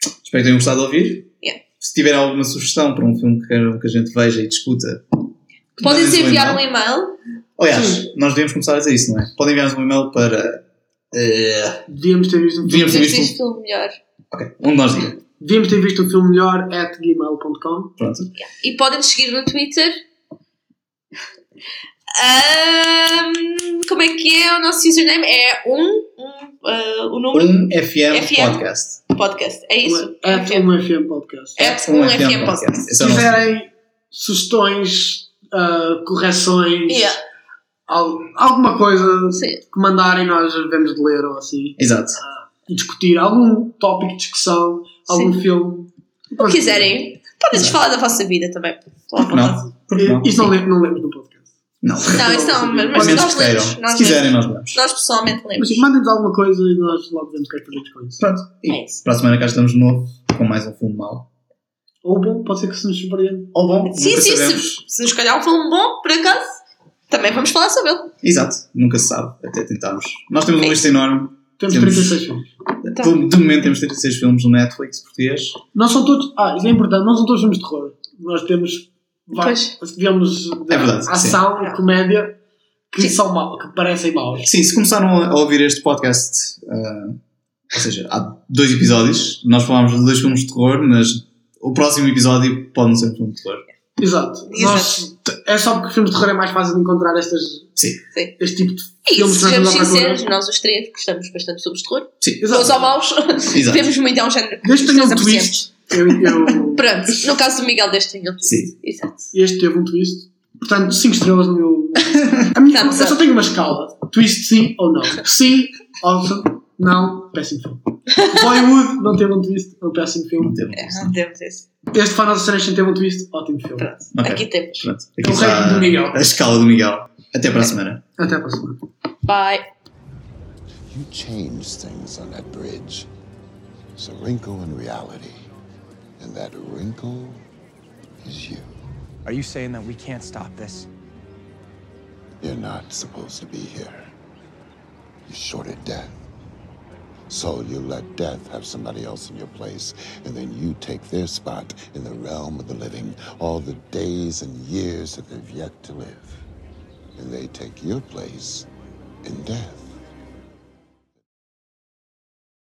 Espero que tenham gostado de ouvir.
Yeah.
Se tiverem alguma sugestão para um filme que queiram que a gente veja e discuta,
Podem-nos
mandem-nos
enviar um e-mail.
Aliás,
Sim.
nós devemos começar a dizer isso, não é? Podem enviar-nos um e-mail para. eh,
Devíamos ter visto um filme,
devíamos ter
Podemos
visto.
isto pelo é melhor.
Ok, um de nós diga.
devíamos ter visto um filme melhor at gmail.com.
Pronto.
E podem-nos seguir no Twitter. Ahm, como é que é o nosso username? É um, um, ah, o número
Um FM,
FM.
Podcast.
do podcast. É isso.
At
É.
um FM podcast.
É um FM podcast.
Esse
Se
é o nosso-
tiverem sugestões, ah, correções,
Yeah.
al- alguma coisa
Sim.
que mandarem, nós devemos de ler ou assim.
Exato.
e discutir algum tópico de discussão, algum filme.
O que quiserem. Podem-nos falar da vossa vida também. Estão à
Porque
vontade.
não? Porque não?
Isto não lemos, não lemos no podcast.
Não.
Não, isso não, mas,
Ao
mas
menos
nós
que queiram.
lemos.
Se
Nós,
quiserem,
lemos.
nós vamos.
nós pessoalmente lemos.
Mas mandem-nos alguma coisa e nós logo vemos o que é que fazemos com isso.
Pronto. E
É isso.
para a semana cá estamos de novo com mais um filme mau.
Ou bom, pode ser que se nos surpreenda.
Ou bom,
Sim,
nunca
sim,
sabemos.
se, se nos calhar um filme bom, por acaso, também vamos falar sobre ele.
Exato, nunca se sabe, até tentarmos. Nós temos
É
uma lista enorme.
Temos
Temos.
36 filmes.
Do, de momento temos 36 filmes no Netflix português.
Não são todos. Ah, isso é importante, não são todos filmes de terror. Nós temos. vários- Tivemos
É verdade, sim.
ação e comédia que
Sim.
são mal, que parecem maus.
Sim, se começaram a ouvir este podcast, ah, ou seja, há dois episódios, nós falámos de dois filmes de terror, mas o próximo episódio pode não ser um filme de terror.
Exato.
Exato.
Nós- é só porque filmes de terror é mais fácil de encontrar estas,
Sim,
este tipo
É
de
isso,
filmes que nós
sejamos
andamos à procura.
sinceros, nós os três gostamos bastante de filmes de terror.
sim,
Bons ou maus,
Exato.
temos muito, é um género que
Desde que
nos
tenha
3%.
um twist. Eu, eu-
Pronto, no caso do Miguel deste tem outro.
Sim.
Exato.
Este teve um twist. Portanto, 5 estrelas no meu. A minha, eu
Thumbs up.
só tenho uma escala. Twist sim ou não. Sim, awesome. Não, péssimo filme. Bollywood não teve um twist, é um péssimo
não
filme.
teve.
É, não temos esse.
Este Final Destination teve um twist, ótimo filme.
Pronto,
Ok.
aqui temos.
Pronto,
O
aqui
reino do Miguel. É.
está a escala do Miguel. Até para a semana.
Até a próxima.
Bye.
You changed things on that bridge. It's a wrinkle in reality. And that wrinkle is you.
Are you saying that we can't stop this?
You're not supposed to be here. You shorted death. So you let death have somebody else in your place, and then you take their spot in the realm of the living, all the days and years that they've yet to live. And they take your place in death.